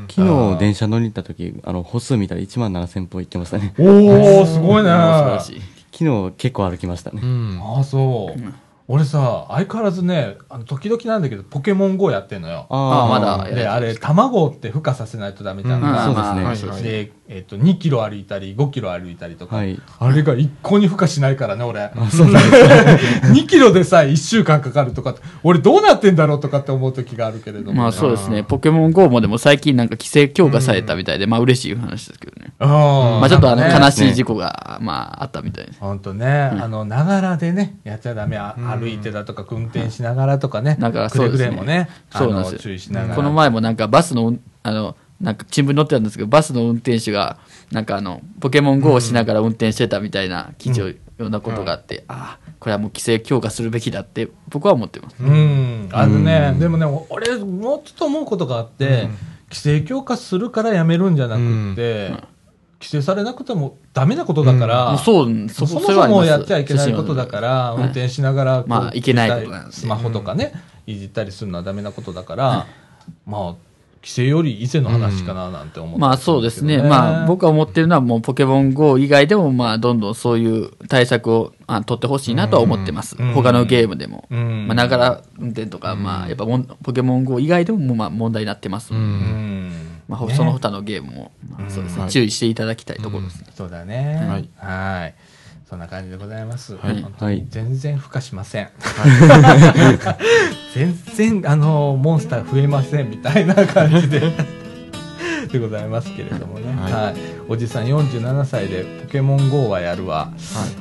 S2: 昨日電車乗りに行った時あの歩数見たら1万7000歩行ってましたね
S1: おおすごいね。
S3: もう素晴
S1: あ
S3: らしい
S2: 昨日結構歩きましたね、
S1: あそう。俺さ相変わらずねあの時々なんだけどポケモン GO やってんのよ。
S3: ああま
S2: ー
S3: だ
S1: であれ卵って孵化させないとダメじゃん
S3: まあ
S1: か。
S3: まあ
S2: そう
S3: まあ
S2: ですね
S4: はい
S1: で、えっと、2キロ歩いたり、5キロ歩いたりとか、
S2: はい
S1: あれが一向に孵化しないからね、俺。2キ ロでさえ1週間かかるとかって、俺どうなってんだろうとかって思う時があるけれどもね、
S3: まあそうですね、ポケモン GO もでも最近なんか規制強化されたみたいで、まあ嬉しい話ですけどね。
S1: うん
S3: まあちょっとあの
S1: なんかね
S3: 悲しい事故が、まああったみたいで
S1: ほんとね、あの、ながらでね、やっちゃダメ、あ歩いてだとか、運転しながらとかね、
S3: なんか
S1: く
S3: そ
S1: れ
S3: うで
S1: ぐ
S3: す
S1: れ
S3: ね
S1: もね、あ
S3: そうな
S1: の
S3: んですよ
S1: 注意しながら。
S3: この前もなんかバスの、あの、なんか新聞に載ってたんですけど、バスの運転手が、なんかあの、ポケモン GO をしながら運転してたみたいな記事を、ようなことがあって、ああ、これはもう規制強化するべきだって、僕は思ってます。
S1: うん、あのね、でもね、お俺、もうちょっと思うことがあって、規制強化するからやめるんじゃなくって、規制されなくてもダメなことだから、
S3: もうそう、
S1: そ
S3: そ
S1: も
S3: れ
S1: そ
S3: はありま
S1: も
S3: す
S1: やっちゃいけないことだから、
S3: い
S1: 運転しながらこう、
S3: まあいけないことなんです
S1: ス
S3: よ
S1: マホとかね、いじったりするのはダメなことだから、まあ、規制より以前の話かななんて思って、
S3: まあそうですね、まあ、僕は思ってるのは、もうポケモン GO 以外でも、まあ、どんどんそういう対策をあ取ってほしいなとは思ってます、
S1: うん
S3: 他のゲームでも、
S1: うん
S3: まあ、ながら運転とか、まあ、やっぱもんポケモン GO 以外でももうまあ問題になってます、
S1: うん
S3: まあ、その他のゲームも、まあそうですね注意していただきたいところですね。
S1: そうだね。は
S4: はいい。
S1: そんな感じでございます。
S4: はい
S1: 本当
S2: は
S1: に
S2: い
S1: 全然孵化しません。全然、あの、モンスター増えませんみたいな感じ で。でございますけれどもね、は
S4: はいい
S1: おじさん47歳で「ポケモン GO はやるわ」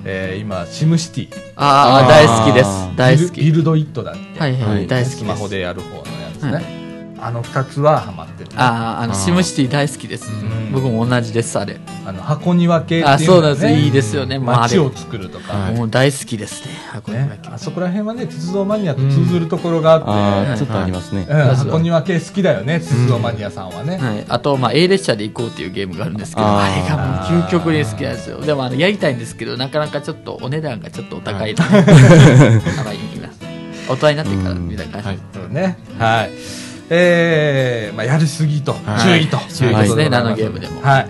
S1: えー今「シムシティ」
S3: ああ、大好きです。大
S1: ビ
S3: 好
S1: ルビ
S3: き。
S1: ルド・イット」だって、
S3: はいはい、
S2: はい
S3: 大好きです。
S1: スマホでやる方のやつね、あの2つはハマってる
S3: ああ、あの、シムシティ大好きです。
S1: ん
S3: 僕も同じです、あれ。
S1: あの箱庭系って
S3: あ
S1: いう
S3: そう
S1: の
S3: なん
S1: が
S3: です、
S1: ね
S3: いいですよね、まあ、あれ
S1: 街。を作るとか、
S4: はい
S3: もう大好きですね、箱庭
S1: ね
S3: 系、
S1: あそこら辺はね鉄道マニアと通ずるところがあ
S2: あ
S1: って、
S2: ーちょっとありますね、
S1: うん箱庭系好きだよね鉄道マニアさんはね、
S3: はい、あと、まあ、A 列車で行こうっていうゲームがあるんですけど、
S2: あ
S3: あ
S2: ー
S3: れがもう究極に好きなんですよ。でも、あの、やりたいんですけど、なかなかちょっとお値段がちょっとお高いの で、あまり行きます。大人になってからみたいな
S4: は
S3: 感
S4: い
S3: じ。
S1: そうねはいえーまあ、やりすぎと、
S4: はい
S1: 注意と
S3: 注
S1: という
S3: 意
S1: こと
S3: で
S1: ござ
S3: すね
S1: います
S3: ナノゲームでも
S1: はい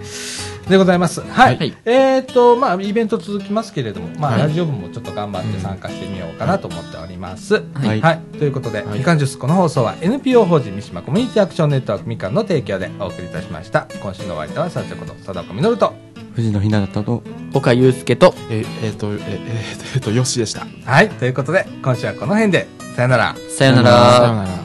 S1: でございますはい、
S3: はい
S1: えーっ、とまあイベント続きますけれども、まあ、ラジオ部もちょっと頑張って参加してみようかなと思っております、はいということで、みかんジュースこの放送は NPO 法人三島コミュニティアクションネットワークみかんの提供でお送りいたしました今週のお相手はさちこと貞子実と
S2: 藤野ひなたと
S3: 岡祐介と、
S4: ええーとええーとえーとよしでした
S1: はい、ということで、今週はこの辺で、さよなら。
S3: さよな
S4: さよ
S3: ら
S4: う。なら